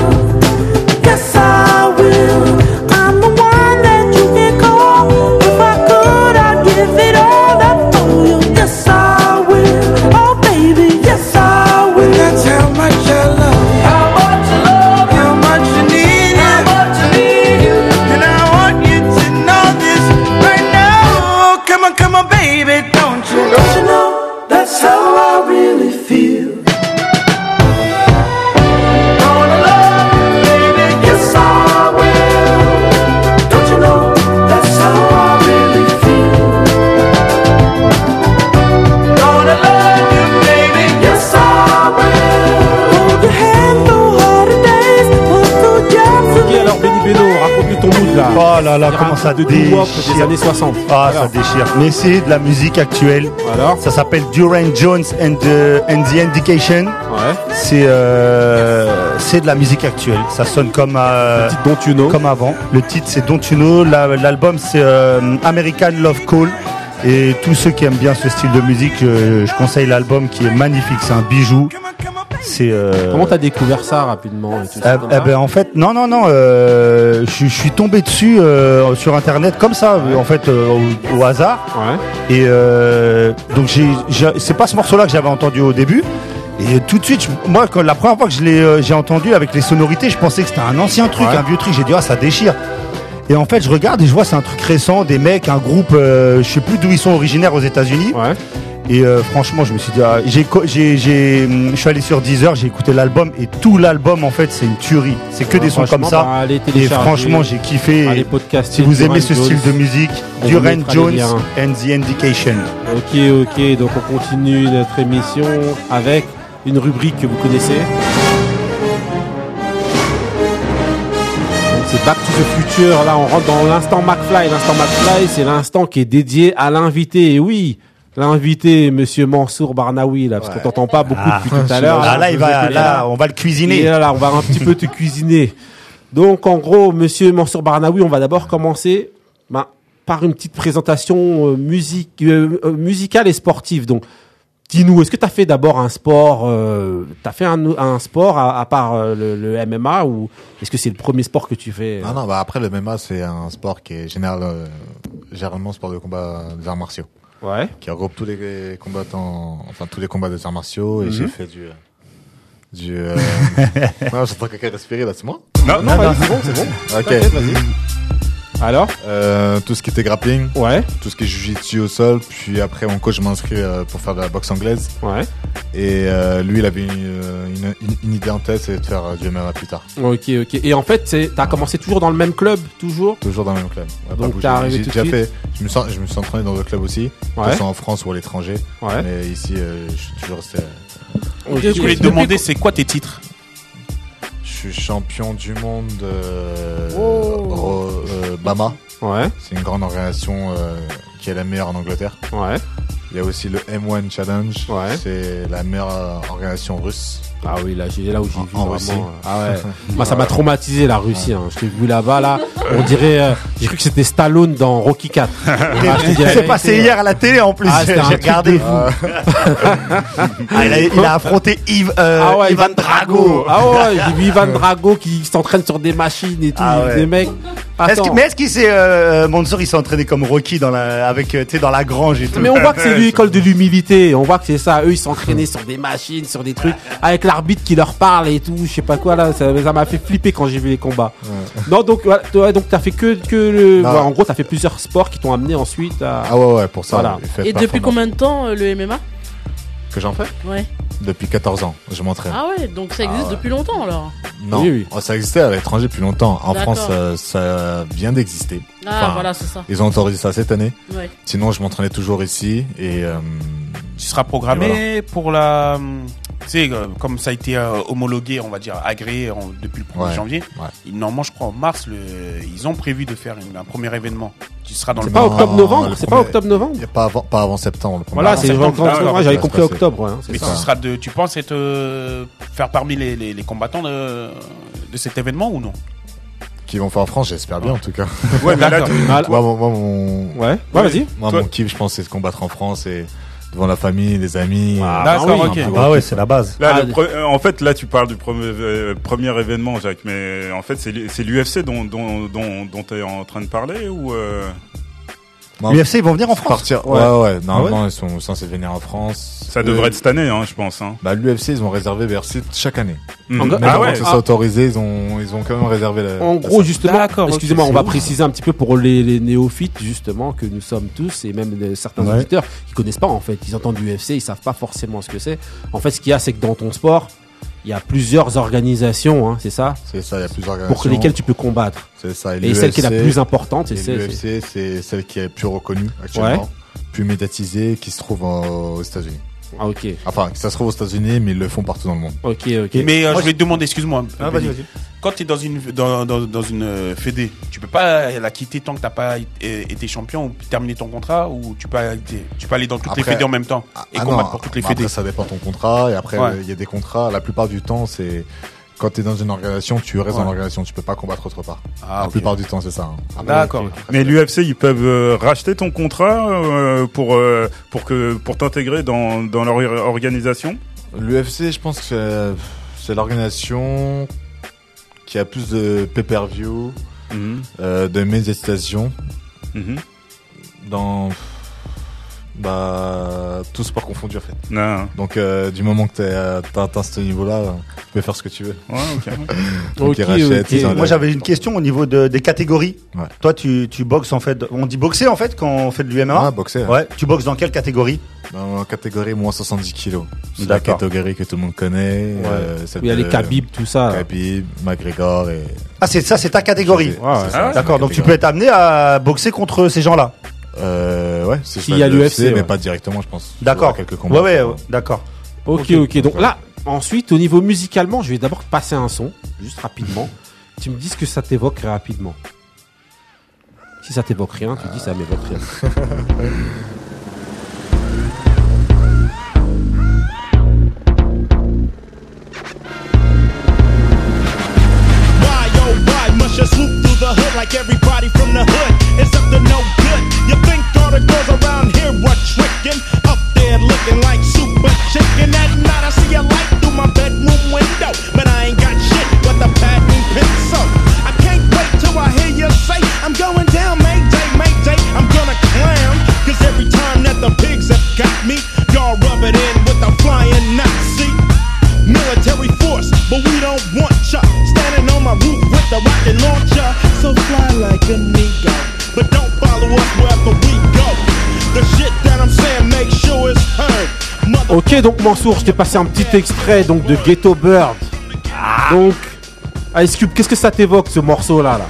S9: Yes, I will. I'm the one that you can call. If I could, I'd give it all up for you. Yes, I will. Oh, baby, yes, I will. That's how much I love you. How much I love you. How much you need you. How much I need you. And I want you to know this right now. Come on, come on, baby, don't you? Don't you know that's how I really feel? Gonna love you, baby. Yes, I will. Don't you know that's how I really feel? Gonna love you, baby. Yes, I will. Hold your hand through harder days, work through jobs that
S1: Ok, alors Benny Beno, raconte-nous ton mood là.
S5: Oh là là,
S1: Il y a un
S5: comment ça
S1: peu de doo
S5: déchire.
S1: des années 60.
S5: Ah, ça déchire. Mais c'est de la musique actuelle.
S1: Alors
S5: Ça s'appelle Duran Jones and the, and the Indication.
S1: Ouais.
S5: C'est euh, c'est de la musique actuelle. Ça sonne comme euh,
S1: Petite Don't You Know.
S5: comme avant. Le titre c'est Don't You Know. La- L'album c'est euh, American Love Call. euh, Et tous ceux qui aiment bien ce style de musique, je, je conseille l'album qui est magnifique. C'est un bijou. C'est. euh,
S1: Comment t'as découvert ça hein rapidement et tout
S5: Eh,
S1: ça comme
S5: eh
S1: ça
S5: ben, en fait, non, non, non, euh, je suis- je suis tombé dessus euh, sur internet comme ça, en fait, euh, au, au hasard.
S1: Ouais.
S5: Et euh, donc, j'ai, j'ai- c'est pas ce morceau-là que j'avais entendu au début. Et tout de suite, je- moi, quand, la première fois que je l'ai, euh, j'ai entendu avec les sonorités, je pensais que c'était un ancien truc,
S1: Ouais.
S5: un vieux truc. J'ai dit, ah, ça déchire. Et en fait, je regarde et je vois, c'est un truc récent, des mecs, un groupe, euh, je sais plus d'où ils sont originaires aux États-Unis.
S1: Ouais.
S5: Et euh, franchement, je me suis dit, ah, j'ai, co- j'ai, j'ai, hum, je suis allé sur Deezer, j'ai écouté l'album et tout l'album en fait, c'est une tuerie. C'est que
S1: Ouais,
S5: des sons comme
S1: franchement,
S5: ça.
S1: bah, allez
S5: et
S1: télécharger,
S5: franchement, j'ai kiffé.
S1: allez
S5: Et
S1: podcaster
S5: si vous
S1: Duran
S5: aimez ce
S1: Jones.
S5: style de musique,
S1: On vous
S5: Duran
S1: mettra les
S5: Jones
S1: liens.
S5: and the Indication.
S1: Ok, ok, donc on continue notre émission avec une rubrique que vous connaissez. Donc C'est Back to the Future, là on rentre dans l'instant McFly. L'instant McFly, c'est l'instant qui est dédié à l'invité. Et oui, l'invité, monsieur Mansour Barnaoui, là, parce qu'on t'entend pas beaucoup
S5: Ah.
S1: depuis tout à l'heure.
S5: Ah, là, il va,
S1: Écoutez,
S5: là, on va le
S1: et
S5: cuisiner.
S1: là, là, on va un petit peu te cuisiner. Donc, en gros, monsieur Mansour Barnaoui, on va d'abord commencer ben, par une petite présentation euh, musique, euh, euh, musicale et sportive. Donc, dis-nous, est-ce que tu as fait d'abord un sport euh, Tu as fait un, un sport à, à part euh, le, le MMA ou est-ce que c'est le premier sport que tu fais euh
S6: Non, non, bah après le MMA, c'est un sport qui est général, euh, généralement sport de combat des arts martiaux,
S2: Ah.
S1: Ouais.
S6: qui regroupe tous les combattants, enfin tous les combats des arts martiaux, et
S1: Mhm.
S6: j'ai fait du. euh, Du. Euh... non, j'entends quelqu'un respirer là, c'est moi
S8: Non,
S1: Non, vas-y, Ah, bah, c'est bon, c'est bon. T'inquiète,
S6: Ok.
S1: vas-y. Alors
S6: Euh, tout ce qui était grappling,
S1: Ouais,
S6: tout ce qui est jiu-jitsu au sol, puis après mon coach je m'inscris euh, pour faire de la boxe anglaise,
S1: ouais.
S6: et euh, lui il avait une, euh, une, une- une idée en tête, c'est de faire euh, du MMA plus tard.
S1: Ok, ok. Et en fait, tu as commencé toujours dans le même club, toujours
S6: Toujours dans le même club. On a
S1: Donc,
S6: pas bougé.
S1: t'es arrivé
S6: J'ai
S1: tout de
S6: déjà
S1: suite
S6: fait. Je me sens, je me suis entraîné dans d'autres clubs aussi, que
S1: Ouais,
S6: ce soit en France ou à l'étranger.
S1: ouais.
S6: Mais ici, euh, je suis toujours resté.
S1: Ok,
S2: Je voulais
S1: ok.
S2: te demander, c'est quoi tes titres
S6: Je suis champion du monde. Euh,
S1: Oh.
S6: re- euh, Bama,
S1: Ouais,
S6: c'est une grande organisation euh, qui est la meilleure en Angleterre.
S1: ouais.
S6: Il y a aussi le M1 Challenge,
S1: Ouais.
S6: c'est la meilleure euh, organisation russe.
S1: Ah oui, là, j'ai- là où j'ai
S6: En-
S1: vu
S6: en
S1: vraiment.
S6: Russie.
S1: euh, Ah ouais. Moi, ça m'a traumatisé la Russie. Hein. Je t'ai vu là-bas, là. On dirait. euh, j'ai cru que c'était Stallone dans Rocky 4.
S5: C'est
S1: hein.
S5: passé hier à la télé en plus.
S1: Ah, c'était
S5: J'ai
S1: un truc de
S5: regardé.
S1: fou.
S5: Ah, il, a, il a affronté Yves, euh,
S1: Ah ouais,
S5: Ivan Drago.
S1: Ah ouais, j'ai vu Ivan Drago qui s'entraîne sur des machines et tout.
S5: Ah ouais.
S1: Des mecs.
S5: Est-ce
S1: Ah, Attends.
S5: que- mais est-ce qu'il s'est, euh, Mansour, il s'est entraîné comme Rocky dans la, avec, euh, tu sais, dans la grange et tout.
S1: Mais on voit que c'est l'école de l'humilité. On voit que c'est ça. Eux, ils s'entraînaient sur des machines, sur des trucs, avec l'arbitre qui leur parle et tout. Je sais pas quoi là. Ça ça m'a fait flipper quand j'ai vu les combats. Non, donc, voilà, toi, donc t'as fait que, que le.
S6: Non.
S1: voilà, en gros, t'as fait plusieurs sports qui t'ont amené ensuite à.
S6: Ah ouais, ouais, pour ça.
S1: Voilà.
S6: il fait
S3: Et depuis
S6: performance.
S3: combien de temps euh, le MMA
S6: Que j'en fais
S3: Ouais.
S6: Depuis 14 ans, je m'entraîne.
S3: Ah ouais, donc ça existe
S6: Ah ouais.
S3: depuis longtemps alors.
S6: Non,
S1: Oui, oui.
S6: Oh, ça existait à l'étranger depuis longtemps. En
S3: D'accord.
S6: France, euh, ça vient d'exister.
S3: Ah
S6: Enfin,
S3: voilà, c'est ça.
S6: Ils ont autorisé ça cette année.
S3: Ouais.
S6: Sinon, je m'entraînais toujours ici et euh,
S2: Tu seras programmé
S6: Et
S2: pour la. hum, Tu sais, euh, comme ça a été euh, homologué, on va dire agréé en- depuis le 1er
S6: Ouais,
S2: janvier.
S6: ouais.
S2: Il Normalement, je crois en mars, le- ils ont prévu de faire une- un premier événement. Tu seras dans le.
S1: C'est pas
S6: Non,
S1: octobre-novembre
S6: le
S1: C'est pas Ah,
S6: premier-
S1: octobre-novembre
S6: il y a pas avant, pas avant septembre. Le premier.
S1: Voilà,
S2: avant
S1: c'est
S2: septembre,
S1: octobre,
S2: d'accord,
S1: ouais, j'avais
S6: ça va se
S1: compris
S6: passer.
S1: octobre. ouais, hein, c'est
S2: Mais tu
S1: ça.
S2: seras de. Tu penses être euh, faire parmi les, les- les combattants de, de cet événement ou non
S6: Qui vont faire en France, j'espère bien en tout cas.
S8: Ouais, mais là, tu-
S1: Ah, là-
S6: Moi, mon, moi, mon-
S1: Ouais, ouais, vas-y.
S6: moi,
S8: Toi-
S6: mon kiff, je pense, c'est de combattre en France et devant la famille, les amis.
S1: Ah,
S6: euh,
S1: bah
S2: D'accord,
S1: oui.
S2: ok.
S6: un plus grand
S5: Ah ouais,
S6: kiff,
S5: c'est la base.
S8: Là,
S1: Ah,
S8: le
S1: des-
S8: pre- euh, en fait, là, tu parles du premier, euh, premier événement, Jacques, mais en fait, c'est l'U- c'est l'UFC dont, dont, dont, dont tu es en train de parler ou euh,
S6: Ah.
S5: L'UFC, ils vont venir en France.
S6: Partir. Ouais, ouais. Normalement, ils sont censés venir en France.
S8: ça
S6: Eux,
S1: Euh,
S8: devrait être cette année, hein, je pense. Hein.
S6: Bah, l'UFC, ils ont réservé Bercy chaque année.
S8: Mhm.
S1: En-
S6: Même
S8: Ah
S6: avant
S8: ouais
S6: que ça soit autorisé, ils ont, ils ont quand même réservé la.
S1: En gros, justement,
S2: Euh, D'accord, ok,
S1: excusez-moi, on
S2: c'est
S1: va
S2: ouf.
S1: préciser un petit peu pour les, les néophytes, justement, que nous sommes tous, et même de- certains
S5: Ouais.
S1: auditeurs qui connaissent pas, en fait. Ils entendent l'UFC, ils savent pas forcément ce que c'est. En fait, ce qu'il y a, c'est que dans ton sport, il y a plusieurs organisations, hein, c'est ça,
S6: C'est ça, il y a plusieurs
S1: pour
S6: organisations.
S1: lesquelles tu peux combattre.
S6: C'est ça.
S1: Et celle qui est la
S6: l'UFC,
S1: plus importante, c'est
S6: et
S1: celle. c'est-
S6: L'UFC, c'est celle qui est plus reconnue actuellement, plus médiatisée, qui se trouve en- aux États-Unis.
S1: Ah, ok,
S6: Enfin, ça se trouve aux États-Unis, mais ils le font partout dans le monde.
S1: ok, ok.
S2: Mais euh, je vais te demander, excuse-moi.
S5: Ah, vas-y, vas-y.
S2: Quand tu es dans une, dans, dans, dans une euh, fédé, tu peux pas la quitter tant que t'as pas é- été champion ou terminé ton contrat ou tu peux, aller- tu peux aller dans toutes les
S6: Après-
S2: fédés en même temps
S6: Ah,
S2: et
S6: ah
S2: combattre
S6: non,
S2: pour toutes les
S6: après,
S2: fédés.
S6: ça dépend de ton contrat. Et après, il
S2: Ouais.
S6: y a des contrats. La plupart du temps, c'est quand tu es dans une organisation, tu restes
S2: Ouais.
S6: dans l'organisation. Tu peux pas combattre autre part.
S2: Ah,
S6: la
S2: ok.
S6: plupart du temps, c'est ça. hein. Après,
S2: D'accord.
S6: après,
S8: Mais l'UFC, ils peuvent euh, racheter ton contrat euh, pour, euh, pour, que- pour t'intégrer dans, dans leur organisation
S6: L'UFC, je pense que c'est- c'est l'organisation qui a plus de pay-per-view,
S8: Mhm.
S6: euh, de médiatisation
S8: Mhm.
S6: dans bah, tout sport confondu en fait.
S8: Non.
S6: Donc euh, du moment que t'es, euh, t'as atteint ce niveau-là, euh, tu peux faire ce que tu veux.
S8: Ouais, ok.
S6: Donc
S1: Ok,
S6: ils rachètent,
S1: ok.
S6: ils enlèvent.
S1: Ouais.
S5: Moi j'avais une question au niveau de- des catégories.
S6: Ouais.
S5: Toi tu, tu boxes en fait, on dit boxer en fait quand on fait de
S6: Ah,
S5: l'UMA
S6: boxer.
S5: Ouais, tu boxes dans quelle catégorie
S6: Dans la catégorie moins 70 kilos. C'est la
S5: D'accord.
S6: catégorie que tout le monde connaît.
S5: Ouais.
S6: euh, celle
S1: Il y a
S6: de
S1: les Khabib, tout ça. là.
S6: Khabib, McGregor et.
S5: Ah c'est ça, c'est ta catégorie.
S1: Ouais, ouais.
S6: C'est ça,
S5: D'accord,
S6: c'est ma
S5: donc tu peux
S6: catégorie.
S5: être amené à boxer contre ces gens-là.
S6: Euh, ouais, c'est
S1: Qui
S6: ça,
S1: a
S6: de
S1: l'UFC,
S6: mais
S1: ouais.
S6: pas directement, je pense.
S5: D'accord.
S6: Il y aura Quelques
S5: Ouais
S6: combats.
S5: ouais, ouais, d'accord.
S1: Ok, ok. Donc là, ensuite, au niveau musicalement, je vais d'abord te passer un son, juste rapidement. Tu me dis ce que ça t'évoque rapidement. Si ça t'évoque rien, tu dis ça m'évoque rien.
S10: Why, oh, why must you swoop through the hood like everybody from the hood? It's up to no good. You think all the girls around here were tricking? Up there looking like super chicken. At night I see a light through my bedroom window. But I ain't got shit but the padding pencil. I can't wait till I hear you say, I'm going down, Mayday, Mayday. I'm gonna clown. Cause every time that the pigs have got me, y'all rub it in with a flying Nazi military force, but we don't want ya. Standing on my roof with the rocket launcher, so fly like an eagle. But don't follow us wherever we go. The shit that I'm saying, make sure it's heard. Mother
S1: Ok, donc Mansour, je t'ai passé un petit extrait donc de Ghetto Bird. Donc, Ice Cube, qu'est-ce que ça t'évoque ce morceau-là là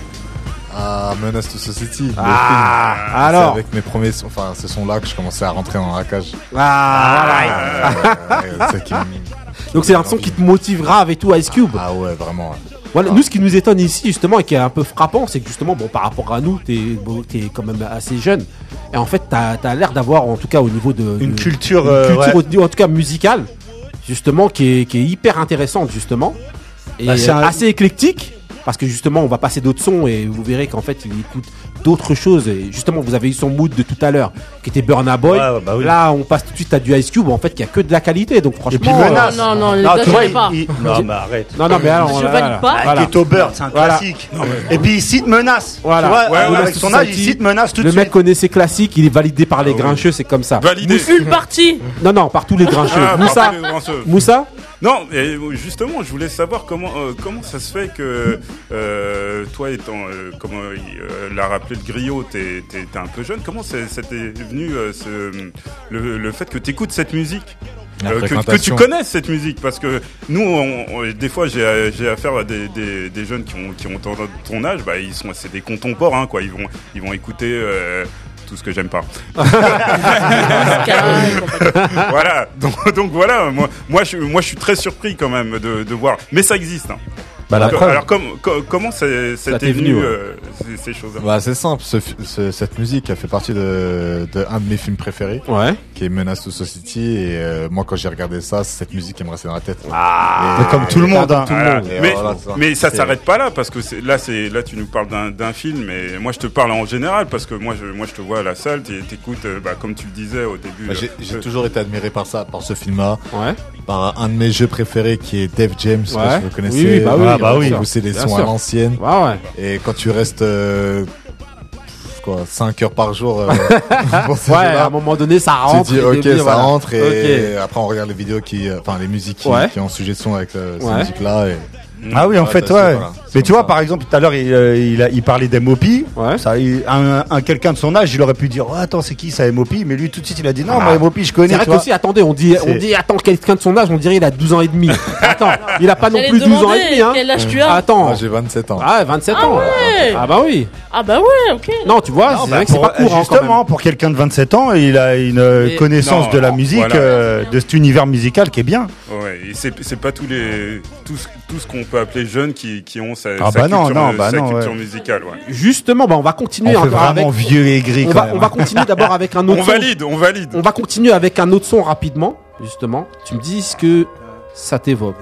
S6: Ah, Menace to Society. le film.
S1: Ah,
S6: C'est
S1: alors.
S6: avec mes premiers, sons- enfin, ce son-là que je commençais à rentrer dans la cage.
S1: Ah, voilà.
S6: Euh, c'est qui-
S1: Donc c'est un son qui te motive grave et tout, Ice Cube.
S6: Ah ouais, vraiment. ouais.
S1: Voilà,
S5: Ah.
S1: nous, ce qui nous étonne ici, justement, et qui est un peu frappant, c'est que justement, bon, par rapport à nous, t'es bon, t'es quand même assez jeune. Et en fait, t'as as, l'air d'avoir, en tout cas, au niveau de.
S5: Une
S1: de-
S5: culture,
S1: une
S5: euh,
S1: culture, au- en tout cas, musicale, justement, qui est, qui est hyper intéressante, justement. Et
S5: Bah, c'est un-
S1: euh, assez éclectique. Parce que justement, on va passer d'autres sons et vous verrez qu'en fait, il écoute d'autres choses. Et justement, vous avez eu son mood de tout à l'heure, qui était Burna Boy.
S5: Ouais, ouais, bah oui.
S1: Là, on passe tout de suite à du Ice Cube. En fait, il y a que de la qualité. Donc, franchement.
S5: puis
S1: euh,
S5: Menace.
S3: Non, non, non,
S5: Non,
S3: ne
S5: tu vois,
S3: gâchez pas.
S5: il- il- Non mais arrête.
S1: Non, non, mais alors.
S3: Je
S1: voilà,
S3: valide pas.
S1: voilà.
S5: Ghetto Ah, Bird, c'est un
S1: Voilà.
S5: classique. Et puis il cite menace. Tu
S1: Voilà.
S5: vois,
S1: Ouais, ouais,
S5: avec
S1: ouais,
S5: son
S1: c'est
S5: âge,
S1: ça
S5: il
S1: qui-
S5: cite menace tout de
S1: Le mec
S5: suite.
S1: connaît ses classiques, il est validé par les grincheux, c'est comme ça.
S8: Validé.
S3: Une partie.
S1: Non, non, par tous les grincheux.
S8: Ah,
S1: Moussa,
S8: pardon, les danseuses.
S1: Moussa
S8: Non, et justement, je voulais savoir comment euh, comment ça se fait que euh, toi étant euh, comme euh, il, euh, l'a rappelé le griot, t'es t'es- t'es un peu jeune. Comment c'est- c'était venu euh, ce, le, le fait que t'écoutes cette musique
S6: La
S8: euh, que- que, tu
S6: fréquentation.
S8: connaisses cette musique parce que nous on- on- des fois j'ai euh, j'ai affaire à des, des, des jeunes qui ont qui ont ton, ton âge bah ils sont c'est des contemporains quoi ils vont ils vont écouter euh, tout ce que j'aime pas
S3: Ah, Pascal, compagnie.
S8: voilà donc, donc voilà moi moi je moi je suis très surpris quand même de, de voir mais ça existe hein.
S1: Bah, la
S8: Alors,
S1: preuve.
S8: alors, com- co- comment c'est- c'était
S1: t'est
S8: venu,
S1: venu, ouais.
S8: euh, ces, ces choses-là
S6: Bah, c'est simple. ce fi- ce- cette musique a fait partie de, de un de mes films préférés,
S1: Ouais.
S6: qui est Menace to Society. Et euh, moi, quand j'ai regardé ça, c'est cette musique qui me restait dans la tête.
S1: Ah.
S5: Mais comme tout le monde. hein.
S8: Voilà.
S6: monde. Et
S8: Mais,
S6: voilà, c'est ça.
S8: mais ça
S6: C'est-
S8: s'arrête pas là parce que c'est- là c'est là tu nous parles d'un- d'un film et moi je te parle en général parce que moi je moi je te vois à la salle t'é- t'écoutes euh, bah, comme tu le disais au début
S6: Bah, J'ai
S8: euh,
S6: j'ai
S8: euh,
S6: toujours été admiré par ça, par ce film-là,
S1: Ouais.
S6: par un de mes jeux préférés qui est Dave James, je sais pas
S1: Ouais.
S6: si vous
S1: Oui,
S6: connaissez.
S1: oui, bah oui,
S6: Voilà,
S1: bah oui.
S6: où c'est des
S1: Bien
S6: sons à
S1: sûr.
S6: l'ancienne.
S1: Ouais, ouais.
S6: Et quand tu restes euh, pff, quoi, 5 heures par jour euh, pour ces
S1: Ouais, à
S6: jeux-là,
S1: un moment donné, ça
S6: tu
S1: rentre.
S6: dis
S1: et
S6: ok
S1: débile,
S6: ça
S1: voilà.
S6: rentre et
S1: Ok.
S6: après on regarde les vidéos qui, euh, enfin les musiques qui,
S1: Ouais.
S6: qui ont sujet de son avec euh, cette
S1: Ouais.
S6: musique-là. Et...
S5: Ah oui, en
S6: Ouais,
S5: fait,
S6: t'as-
S5: ouais.
S6: voilà.
S5: Mais
S6: C'est
S5: tu vois,
S6: comme ça.
S5: par exemple, tout à l'heure, il, euh, il, a- il parlait d'MOP.
S1: Ouais.
S5: Ça, il- un, un quelqu'un de son âge, il aurait pu dire, oh, attends, c'est qui ça, MOP Mais lui, tout de suite, il a dit, non, moi, MOP, je connais.
S1: Ah. C'est vrai
S5: tu vois.
S1: qu'aussi, attendez, on dit, on
S5: C'est-
S1: dit, attends, quelqu'un de son âge, on dirait il a 12 ans et demi. Attends, il a pas non
S3: J'allais
S1: plus
S3: te
S1: 12 ans et
S3: demander
S1: demi, hein.
S3: quel âge tu as.
S6: Moi
S1: Attends.
S6: j'ai 27 ans.
S1: Ah, 27
S3: Ah
S1: ans.
S3: ouais.
S1: Ah bah oui.
S3: Ah bah ouais, ok.
S1: Non, tu vois,
S5: Non,
S1: c'est
S5: bah,
S1: vrai que c'est
S5: pour-
S1: pas courant quand
S5: justement,
S1: même.
S5: pour quelqu'un de 27 ans, il a une euh,
S3: Et-
S5: connaissance
S8: Non,
S5: de la
S8: non,
S5: musique,
S8: voilà.
S5: euh, de cet univers musical qui est bien.
S8: ouais, et c'est c'est pas tous les tout ce, tout ce qu'on peut appeler jeunes qui qui ont sa,
S5: Ah
S8: sa
S5: bah non,
S8: culture,
S5: non,
S8: euh,
S5: bah
S8: sa
S5: non,
S8: culture
S5: ouais.
S8: musicale ouais.
S1: Justement, bah on va
S5: On
S1: continuer
S5: fait
S1: encore
S5: vraiment
S1: avec.
S5: vieux et gris
S1: On
S5: quand
S1: va,
S5: même.
S1: on va continuer d'abord avec un autre
S8: on
S1: son.
S8: valide on valide
S1: On va continuer avec un autre son rapidement, justement. Tu me dis ce que ça t'évoque.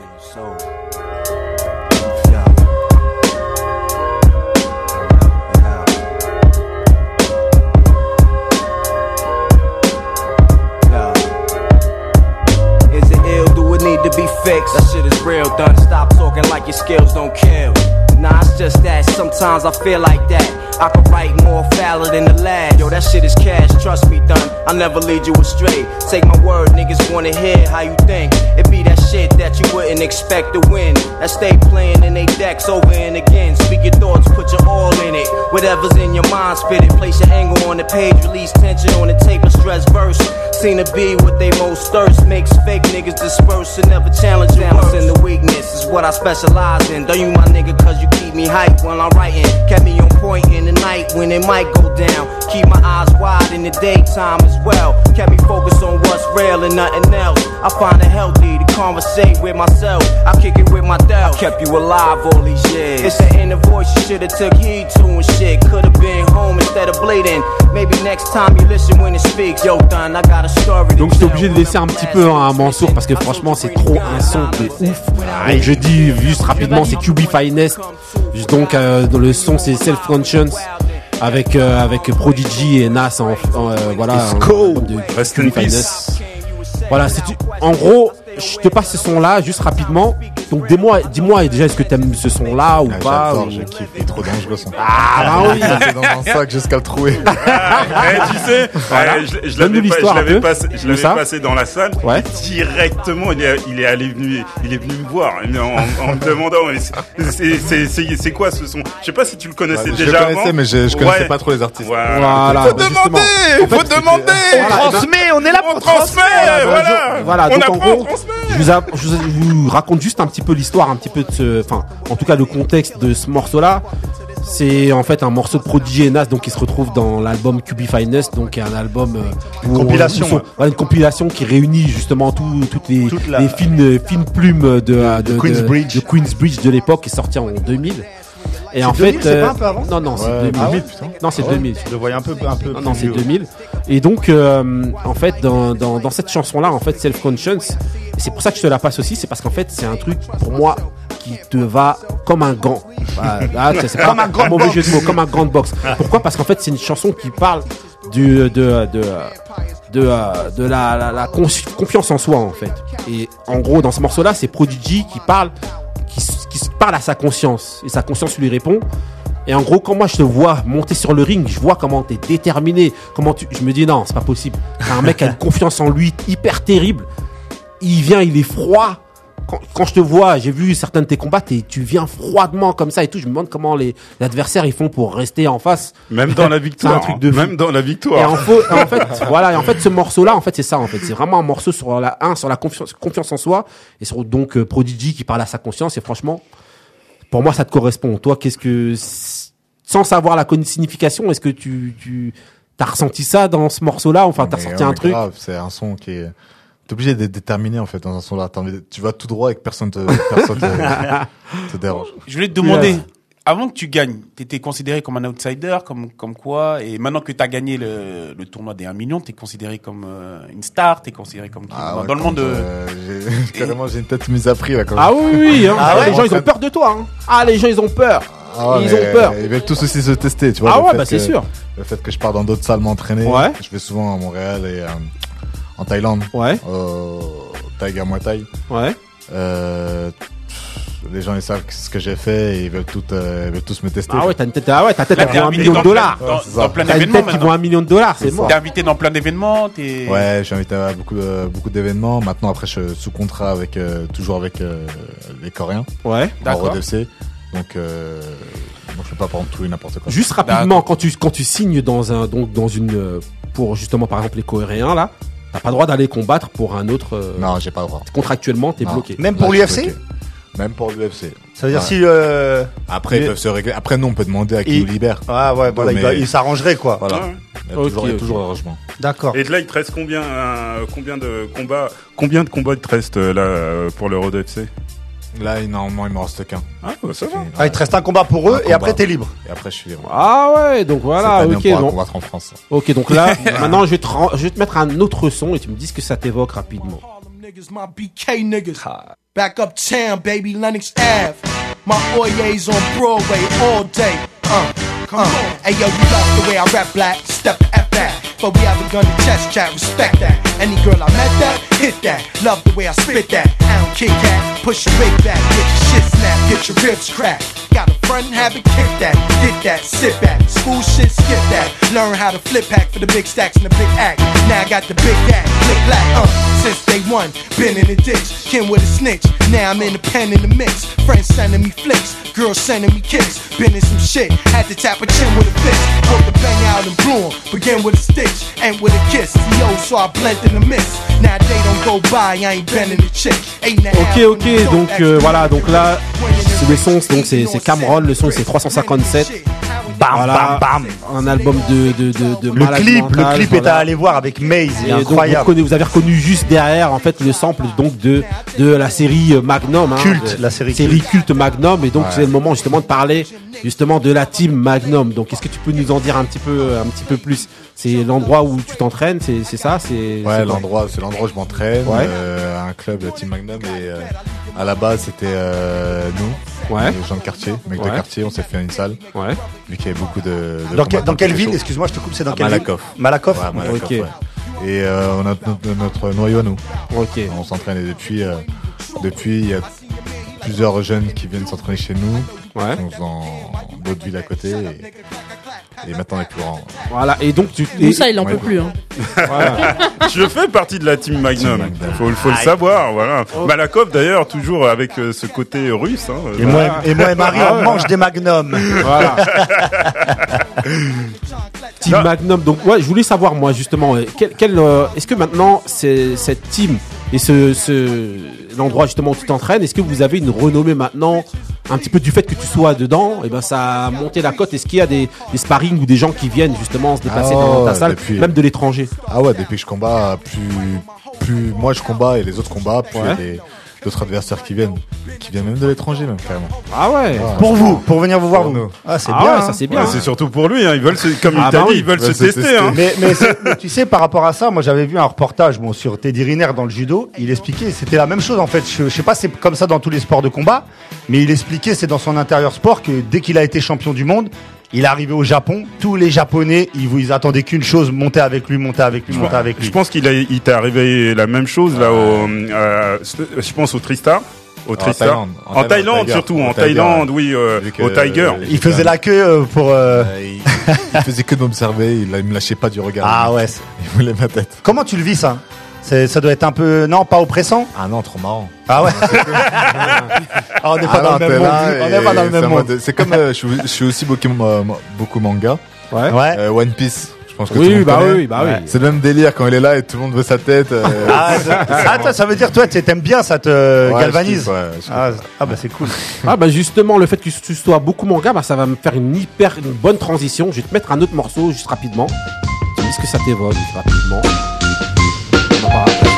S10: Is it ill? Do it need
S11: fix. That shit is real, done. Stop talking like your skills don't kill. Nah, it's just that sometimes I feel like that. I could write more fouler than the lad. Yo, that shit is cash, trust me, done. I'll never lead you astray. Take my word, niggas wanna hear how you think. It be that shit that you wouldn't expect to win. That stay playing in they decks over and again. Speak your thoughts, put your all in it. Whatever's in your mind, spit it. Place your angle on the page, release tension on the tape, a stress verse. Seen to be what they most thirst makes fake niggas disperse and never challenge balance and the weakness is what I specialize in. Don't you my nigga cause you keep me hype while I'm writing. Kept me on point in the night when it might go down. Keep my eyes wide in the daytime as well. Kept me focused on what's real and nothing else. I find it healthy to conversate with myself. I kick it with my doubt. I kept you alive all these years. It's an inner voice you shoulda took heed to and shit. Coulda been home instead of bleeding. Maybe next time you listen when it speaks. Yo, done, I got a story to
S1: Donc j'étais obligé de laisser un petit peu hein, à Mansour parce que franchement c'est trop un son de ouf. Et je dis juste rapidement c'est QB Finest. Juste Donc euh, dans le son c'est Self Conscience avec euh, avec Prodigy et Nas en, en, euh, voilà.
S5: Et
S1: un
S5: Sko.
S1: album de
S5: Rest
S1: QB
S5: in peace.
S1: Finest. Voilà, c'est tu- en gros, je te passe ce son là juste rapidement. Donc dis-moi dis-moi déjà est-ce que t'aimes ce son là ou
S6: Ah,
S1: pas
S6: j'adore,
S1: ou-
S6: je kiffe, il est trop dangereux son.
S1: Ah bah oui.
S6: Ça, c'est dans un sac jusqu'à le trouver.
S8: Eh, tu sais,
S6: Ah. Voilà.
S8: eh, je, je
S6: Donne-nous
S8: l'avais pas-
S6: l'histoire
S8: je
S6: un
S8: l'avais
S6: peu
S8: passé, je
S6: de
S8: l'avais
S6: ça.
S8: passé dans la salle.
S6: Ouais.
S8: et directement, il est, il est allé venu, il est venu me voir mais en, en me demandant, mais c'est- c'est- c'est c'est- c'est quoi ce son Je sais pas si tu le connaissais
S6: Ouais, je
S8: déjà
S6: le connaissais,
S8: avant.
S6: mais je- je connaissais pas trop les artistes. Voilà,
S8: Faut
S6: bah, justement. En
S8: demander,
S6: fait,
S8: faut
S6: c'était- euh,
S8: demander.
S6: Voilà,
S1: On et ben- transmet,
S8: on est là pour transmettre. Voilà,
S1: Voilà,
S8: on
S1: donc en
S8: apprend, on
S1: gros, je vous, a- je vous- je vous raconte juste un petit peu l'histoire, un petit peu de ce, enfin, en tout cas le contexte de ce morceau-là. C'est en fait un morceau de Prodigy et Nas, donc qui se retrouve dans l'album QB Finest, donc qui est un album euh, où-
S5: compilation,
S1: où sont-
S5: ouais.
S1: voilà, une compilation qui réunit justement tout- toutes les,
S5: Toute la-
S1: les fines, fines plumes de, euh, de- de-
S5: Queensbridge.
S1: de Queensbridge de l'époque, qui est sorti en 2000. Et
S5: C'est
S1: en fait,
S5: 2000, c'est
S1: euh,
S5: pas un peu avant
S1: non non, c'est
S5: Ouais.
S1: 2000.
S5: Ah ouais, putain.
S1: Non, c'est
S5: Ah ouais.
S1: 2000.
S5: Je le voyais un peu un peu
S1: Ah Non, non,
S5: plus
S1: c'est
S5: vieux.
S1: 2000. Et donc, euh, en fait, dans, dans, dans cette chanson-là, en fait, Self Conscience, c'est pour ça que je te la passe aussi, c'est parce qu'en fait, c'est un truc, pour moi, qui te va comme un gant. Bah, là, c'est- c'est pas
S5: Comme un grand
S1: mauvais
S5: box.
S1: jeu de mots, comme un grand box. Pourquoi Parce qu'en fait, c'est une chanson qui parle du, de, de, de, euh, de la, la- la confi- confiance en soi, en fait. Et en gros, dans ce morceau-là, c'est Prodigy qui parle, qui, s- qui s- parle à sa conscience. Et sa conscience lui répond. Et en gros, quand moi je te vois monter sur le ring, je vois comment t'es déterminé, comment tu, je me dis non, c'est pas possible. C'est un mec qui a une confiance en lui hyper terrible. Il vient, il est froid. Quand, quand je te vois, j'ai vu certains de tes combats, t'es- tu viens froidement comme ça et tout. Je me demande comment les, les adversaires ils font pour rester en face.
S8: Même dans la
S1: C'est un
S8: victoire,
S1: truc de fou.
S8: même dans la victoire.
S1: Et en, faux- en fait, voilà. Et en fait, ce morceau-là, en fait, c'est ça. En fait, c'est vraiment un morceau sur la un sur la confiance, confiance en soi et sur donc euh, Prodigy qui parle à sa conscience. Et franchement, pour moi, ça te correspond. Toi, qu'est-ce que sans savoir la con- signification, est-ce que tu tu t'as ressenti ça dans ce morceau-là Enfin, t'as
S6: Mais oh
S1: ressenti
S6: ouais,
S1: un
S6: mais
S1: truc
S6: grave, c'est un son qui est. T'es obligé d'être déterminé en fait dans un son là. T'as envie de- Tu vas tout droit et que personne te, personne te, te dérange.
S2: Je voulais te demander, avant que tu gagnes, tu étais considéré comme un outsider, comme, comme quoi Et maintenant que tu as gagné le, le tournoi des 1 million, tu es considéré comme euh, une star, tu es considéré comme qui
S6: Ah
S2: dans,
S6: ouais,
S2: dans le monde
S6: quand,
S2: de...
S6: euh, j'ai- Carrément, j'ai une tête mise à prix là. Quand
S1: Ah
S6: même.
S1: oui, oui, oui, hein.
S6: Ah ouais
S1: les gens, ils
S6: En
S1: ont
S6: fait-
S1: peur de toi. hein. Ah, les gens, ils ont peur.
S6: Ah ouais,
S1: ils ont
S6: mais
S1: peur.
S6: Ils veulent tous aussi se tester, tu vois.
S1: Ah
S6: le
S1: ouais,
S6: fait
S1: bah c'est
S6: que-
S1: sûr.
S6: Le fait que je pars dans d'autres salles m'entraîner.
S1: Ouais.
S6: Je vais souvent à Montréal et euh, en Thaïlande.
S1: Ouais.
S6: Au Tiger Muay Thai.
S1: Ouais.
S6: Euh, les gens ils savent ce que j'ai fait et ils veulent tous, euh, ils veulent tous me tester.
S1: Ah ouais, t'as une tête, ah ouais, ta tête,
S6: Là,
S1: elle
S6: t'es
S1: vaut un
S6: invité
S1: million
S6: dans
S1: de
S6: plein-
S1: dollars.
S6: dans- euh, Ouais, c'est ça.
S1: T'as
S6: dans plein
S1: une tête
S6: d'événements,
S1: qui vaut un million de dollars, c'est mort.
S2: T'es invité dans plein d'événements, t'es...
S6: Ouais, je suis invité à beaucoup, euh, beaucoup d'événements. Maintenant, après, je suis sous contrat avec, euh, toujours avec euh, les Coréens.
S1: Ouais,
S6: d'accord.
S1: d'accord.
S6: Donc, euh, bon, je peux pas prendre tout et n'importe quoi.
S1: Juste rapidement, quand tu, quand tu signes dans un, donc, dans une, euh, pour justement, par exemple, les Coréens, là, t'as pas le droit d'aller combattre pour un autre. euh,
S6: Non, j'ai pas le droit.
S1: Contractuellement, t'es
S6: Non.
S1: bloqué.
S6: Même pour Là, je suis l'UFC? Même pour l'UFC.
S1: Ça veut dire si,
S6: Après, ils
S1: il-
S6: peuvent se régler. Après, nous, on peut demander à qui
S5: il-
S6: nous libère.
S5: euh, Ah ouais, voilà, il doit- il s'arrangerait, quoi.
S6: Voilà.
S5: Ouais.
S6: Il y a toujours,
S5: Ok,
S6: il y a
S5: ok.
S6: toujours un arrangement.
S5: D'accord.
S8: Et de là, il te reste combien, euh, combien de combats, combien de combats il te reste euh, là euh, pour l'Euro de FC
S6: Là, normalement, il me reste qu'un.
S8: Ah, bah, ça va.
S5: Ah, il te reste un combat pour eux et après t'es libre.
S6: Et après, je suis libre.
S1: Ah ouais, donc voilà,
S6: Cette année, on
S1: ok.
S6: pourra
S1: donc-
S6: combattre en France.
S1: Ok, donc là, maintenant, je vais, te, ren- je vais te mettre un autre son et tu me dis ce que ça t'évoque rapidement.
S12: niggas, my BK niggas. Back uptown, baby, Lennox Ave. My Oye's on uh. Broadway all day. Uh, come on. Hey, yo, you love the way I rap black. Step at that. But we haven't done the test chat, respect that. Any girl I met that, hit that. Love the way I spit that. I don't kick that. Push your weight back, get your shit snapped, get your ribs cracked. Got a friend, have it kick that. Get that, sit back. School shit, skip that. Learn how to flip hack for the big stacks and the big act. Now I got the big act, click black, uh. Since day one, been in the ditch, kin with a snitch. Now I'm in the pen in the mix. Friends sending me flicks, girls sending me kicks. Been in some shit, had to tap a chin with a fist. Put the bang out and blew 'em. Begin with a stitch, end with a kiss. Yo, so I blend in the mist. Now they don't go by, I ain't bending the chick. Eight and a half
S1: Ok, ok, donc euh, voilà, donc là, c'est le son, donc c'est c'est Cameron, le son c'est 357.
S5: Bam,
S1: Voilà,
S5: bam,
S1: Un album de, de, de, de
S5: Le
S1: malade
S5: clip,
S1: mental,
S5: le clip est
S1: voilà.
S5: à aller voir avec Maze, il
S1: Et
S5: est
S1: donc, vous,
S5: incroyable.
S1: reconnais- vous avez reconnu juste derrière en fait le sample donc de de la série euh, Magnum, hein,
S5: Culte,
S1: de-
S5: la série
S1: culte Magnum, et donc
S5: Ouais.
S1: c'est le moment justement de parler justement de la team Magnum. Donc est-ce que tu peux nous en dire un petit peu euh, un petit peu plus C'est l'endroit où tu t'entraînes, c'est c'est ça, c'est
S6: Ouais,
S1: c'est-
S6: l'endroit, c'est l'endroit où je m'entraîne.
S1: Ouais.
S6: euh, à un club, le Team Magnum. Et euh, à la base, c'était euh, nous,
S1: Ouais.
S6: les gens de quartier, mecs
S1: Ouais.
S6: de quartier. On s'est fait une salle.
S1: Ouais.
S6: Vu qu'il y avait beaucoup de. de
S5: Dans, que-
S6: combattants
S5: dans quelle
S6: qui étaient
S5: ville
S6: chauds.
S5: Excuse-moi, je te coupe, c'est dans
S6: À
S5: quelle
S6: Malakoff.
S5: ville Malakoff
S6: Ouais, Malakoff,
S5: Ok.
S6: ouais. Et euh, on a notre, notre noyau à nous. On s'entraîne et depuis, euh, depuis il y a plusieurs jeunes qui viennent s'entraîner chez nous. qui sont dans d'autres villes à côté. Et, et maintenant, on est plus grand.
S1: Voilà, et donc tu.
S3: Nous, ça, il en peut plus, hein.
S1: Voilà.
S8: Je fais partie de la team Magnum. Faut, faut le savoir, voilà.
S6: Oh.
S8: Malakoff d'ailleurs toujours avec euh, ce côté russe. hein,
S5: Et
S8: voilà.
S5: moi, et moi et Marie, on mange des magnums.
S1: Voilà. Team Magnum. Donc, ouais, je voulais savoir, moi, justement, euh, quel, quel, euh, est-ce que maintenant, c'est, cette team et ce, ce- l'endroit, justement, où tu t'entraînes, est-ce que vous avez une renommée maintenant un petit peu du fait que tu sois dedans, et ben ça a monté la cote. Est-ce qu'il y a des, des sparring ou des gens qui viennent justement se déplacer
S6: Ah
S1: dans ta
S6: ouais,
S1: salle,
S6: depuis-
S1: même de l'étranger
S6: Ah ouais, depuis que je combats, plus, plus moi je combats et les autres combats, plus il y a
S1: Ouais.
S6: des- d'autres adversaires qui viennent, qui viennent même de l'étranger même carrément.
S1: Ah ouais.
S5: Pour vous, pour venir vous voir,
S6: Pour
S5: vous.
S6: nous.
S5: Ah, c'est
S6: Ah
S5: bien.
S6: ouais,
S5: hein.
S6: ça, c'est bien, Ouais, hein.
S8: C'est surtout pour lui, hein. ils veulent se, comme
S5: Ah
S8: il t'a
S5: bah
S8: dit,
S5: oui,
S8: ils veulent
S5: ils veulent
S8: se,
S5: se
S8: tester.
S5: tester.
S8: hein.
S5: Mais- mais c'est- mais tu sais, par rapport à ça, moi j'avais vu un reportage bon, sur Teddy Riner dans le judo. Il expliquait, c'était la même chose en fait. Je, je sais pas, c'est comme ça dans tous les sports de combat, mais il expliquait, c'est dans son intérieur sport que dès qu'il a été champion du monde, il est arrivé au Japon. Tous les Japonais, ils, vous- ils attendaient qu'une chose, monter avec lui, monter avec lui,
S8: Je
S5: monter
S8: pense-
S5: avec lui.
S8: Je pense qu'il a- il t'est arrivé la même chose là au, euh, je pense au Tristar. Au Tristar.
S6: Thaïlande. En
S8: En
S6: Thaïlande,
S8: Thaïlande
S6: Tiger.
S8: surtout,
S6: Au Tiger,
S8: en Thaïlande,
S6: ouais.
S8: oui, euh,
S6: Vu que,
S8: au Tiger.
S6: euh,
S5: Il faisait la queue euh, pour. euh,
S6: Il faisait que de m'observer, il, il me lâchait pas du regard.
S5: Ah ouais. c'est-
S6: Il voulait ma tête.
S5: Comment tu le vis ça C'est- Ça doit être un peu. Non, pas oppressant
S6: Ah non, trop marrant.
S5: Ah ouais Ah, On n'est pas,
S6: Ah
S5: dans
S6: non,
S5: le
S6: t'es
S5: même monde.
S6: là
S5: On n'est pas
S6: et
S5: dans le
S6: c'est
S5: même
S6: en
S5: monde.
S6: mode- C'est comme euh, je, suis- je suis aussi beaucoup, euh, beaucoup manga.
S1: Ouais.
S6: Euh, One Piece. Je pense que
S1: Oui,
S6: tout le monde
S1: bah
S6: connaît.
S1: oui, bah oui.
S6: C'est le même délire quand il est là et tout le monde veut sa tête. euh,
S5: Ah, ça- ah, toi, ça veut dire toi, tu- t'aimes bien, ça te
S6: Ouais,
S5: galvanise.
S6: je kiffe, ouais, je kiffe.
S5: ah, ah, bah c'est cool.
S1: Ah bah justement le fait que tu sois beaucoup manga bah ça va me faire une hyper une bonne transition. Je vais te mettre un autre morceau juste rapidement. Tu me dis ce que ça t'évoque juste rapidement. On en parle après.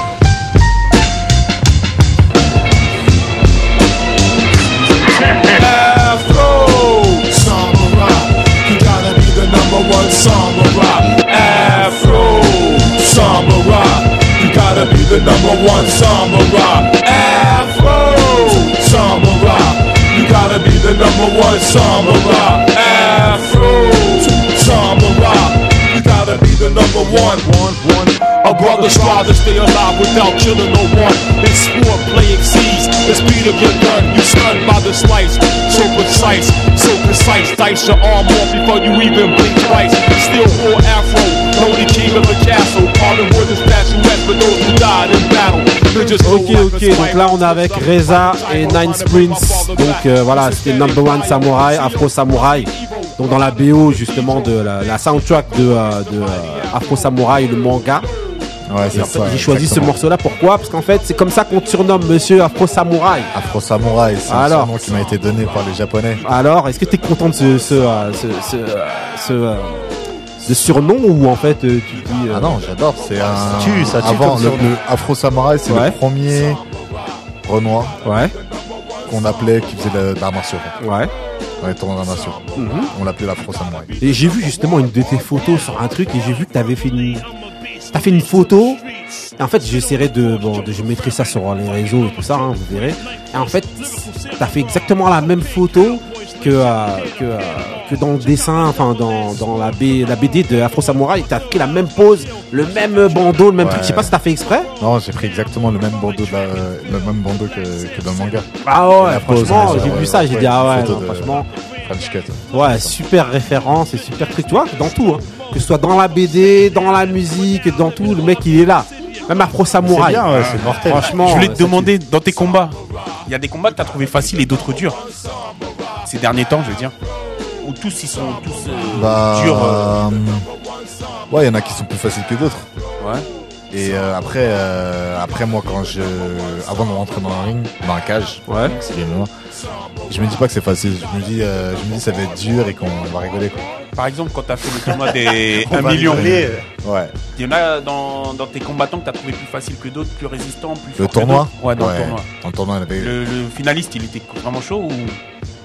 S9: Afro Samba You gotta be the number one samba rock Afro Samba You gotta be the number one samba rock Afro Samba You gotta be the number one samba rock Afro Samba You gotta be the number one one one A brother strive to stay alive without killing no one It's sport play exceeds the speed of your gun You stunned by the slice So precise, so precise Dice your arm off before you even blink twice Still raw afro, loaded king of the castle Harlem with the statuette for those who died in battle Ninjas
S1: Ok ok donc là on est avec Reza et Nine Sprints. Donc euh, voilà c'était Number One Samurai, Afro Samurai. Donc dans la BO justement de la, la soundtrack de, euh, de, euh, Afro Samurai le manga.
S6: Ouais,
S1: Et
S6: c'est
S1: en fait,
S6: ça.
S1: J'ai choisi ce morceau là pourquoi Parce qu'en fait c'est comme ça qu'on te surnomme Monsieur Afro Samurai.
S6: Afro Samouraï, c'est un
S1: Alors.
S6: surnom qui m'a été donné par les Japonais.
S1: Alors, est-ce que tu es content de ce, ce, euh, ce, ce, euh, ce, euh, ce surnom ou en fait euh, tu te dis.
S6: Ah non, j'adore, c'est un.
S5: tue, ça tue
S6: Avant,
S5: comme
S6: le,
S5: surnom.
S6: le Afro Samouraï, c'est
S1: Ouais.
S6: le premier Renoir
S1: Ouais.
S6: qu'on appelait, qui faisait de- de l'art martiaux. en fait.
S1: Ouais.
S6: Dans les tournois d'arts martiaux.
S1: Mhm.
S6: On l'appelait l'Afro Samouraï.
S1: Et j'ai vu justement une de tes photos sur un truc et j'ai vu que t'avais fait une. T'as fait une photo. En fait, j'essaierai de. Bon, de- je mettrai ça sur les réseaux et tout ça, hein, vous verrez. Et en fait, t'as fait exactement la même photo que, à- que, à- que dans le dessin, enfin dans, dans la, B, la BD de Afro Samurai, t'as pris la même pose, le même bandeau, le même truc. Je sais pas si t'as fait exprès.
S6: Non, j'ai pris exactement le même bandeau, de la- le même bandeau que, que dans le manga.
S1: Ah ouais,
S6: Et la pose,
S1: franchement,
S6: ouais,
S1: j'ai
S6: ouais,
S1: vu ça, j'ai
S6: ouais,
S1: dit ah ouais,
S6: photo
S1: non,
S6: de
S1: franchement.
S6: French Cut.
S1: Ouais, super référence et super truc, tu vois, dans tout. hein. Que ce soit dans la BD, dans la musique, dans tout, le mec il est là. Même Afro Samurai. Franchement,
S2: je voulais
S1: euh,
S2: te
S1: ça
S2: demander dans tes combats, il y a des combats que t'as trouvé faciles et d'autres durs. Ces derniers temps, je veux dire. Ou tous ils sont tous euh,
S6: Bah,
S2: durs. euh.
S6: euh, Ouais, il y en a qui sont plus faciles que d'autres.
S2: Ouais.
S6: Et euh, après, euh, après moi, quand je, avant de rentrer dans un ring, dans la cage, ouais. c'est les moments, je me dis pas que c'est facile. Je me dis, euh, je me dis ça va être dur et qu'on va rigoler. Quoi.
S2: Par exemple, quand t'as fait le tournoi des
S6: On
S2: 1
S6: va
S2: million,
S6: rigoler. Ouais.
S2: il y en a dans, dans tes combattants que t'as trouvé plus facile que d'autres, plus résistants, plus
S6: Le
S2: forts que
S6: tournoi
S2: d'autres Ouais, dans
S6: Ouais.
S2: le tournoi.
S6: Dans le tournoi, il avait-
S2: Le, le finaliste, il était vraiment chaud ou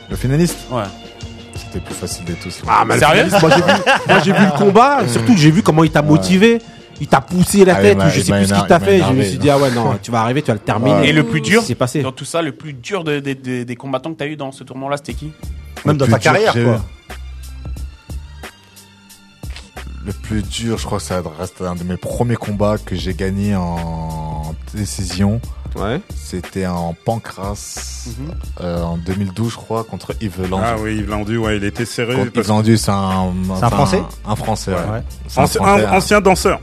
S6: Le finaliste,
S2: Ouais.
S6: c'était plus facile de tous.
S1: Ah, mais le
S2: Sérieux
S1: finaliste, moi j'ai vu, moi, j'ai vu le combat, et surtout j'ai vu comment il t'a motivé. Il t'a poussé la
S6: Ah, il
S1: tête,
S6: m'a-
S1: ou je
S6: il
S1: sais
S6: m'a
S1: plus ce
S6: éner-
S1: qu'il t'a
S6: il m'a
S1: fait. Je me
S6: énervé,
S1: suis
S6: non.
S1: dit, ah ouais, non, tu vas arriver, tu vas le terminer.
S2: Et le plus dur
S1: C'est passé.
S2: Dans tout ça, le plus dur de- de- de- des combattants que t'as eu dans ce tournoi-là, c'était qui
S6: Même
S5: dans ta carrière, quoi.
S6: Le plus dur, je crois que ça reste un de mes premiers combats que j'ai gagné en décision.
S1: Ouais.
S6: C'était en Pancras euh, en 2012, je crois, contre Yves Landu.
S8: Ah oui, Yves Landu, ouais, il était serré.
S6: Contre
S8: parce-
S6: Yves Landu, c'est un,
S8: C'est un Français
S6: Un Français, ouais.
S8: Ouais.
S6: C'est un
S8: Anci-
S6: Français,
S8: un- ancien danseur.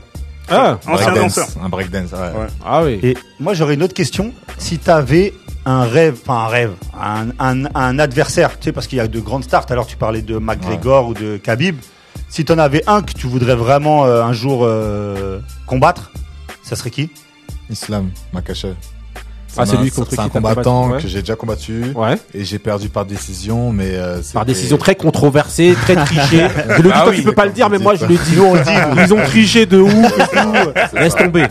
S6: Ah,
S8: ancien
S6: breakdance,
S8: danseur.
S6: Un breakdance, ouais.
S1: Ah oui.
S5: Et moi, j'aurais une autre question. Si t'avais un rêve, enfin un rêve, un, un- un adversaire, tu sais, parce qu'il y a de grandes stars. Alors, tu parlais de McGregor ou de Khabib. Si t'en avais un que tu voudrais vraiment euh, un jour euh, combattre, ça serait qui
S6: Islam Makachev.
S1: Ah, c'est
S6: un-
S1: lui contre
S6: C'est un
S1: qui t'as combattu,
S6: combattant
S1: ouais.
S6: que j'ai déjà combattu. Et j'ai perdu par décision, mais euh,
S1: Par
S6: c'était-
S1: décision très controversée, très trichée. Je le dis,
S6: Ah
S1: toi,
S6: oui.
S1: tu peux pas le dire, mais moi, je le dis.
S6: Nous, on le dit.
S1: Ils ont triché de ouf et tout. Laisse tomber.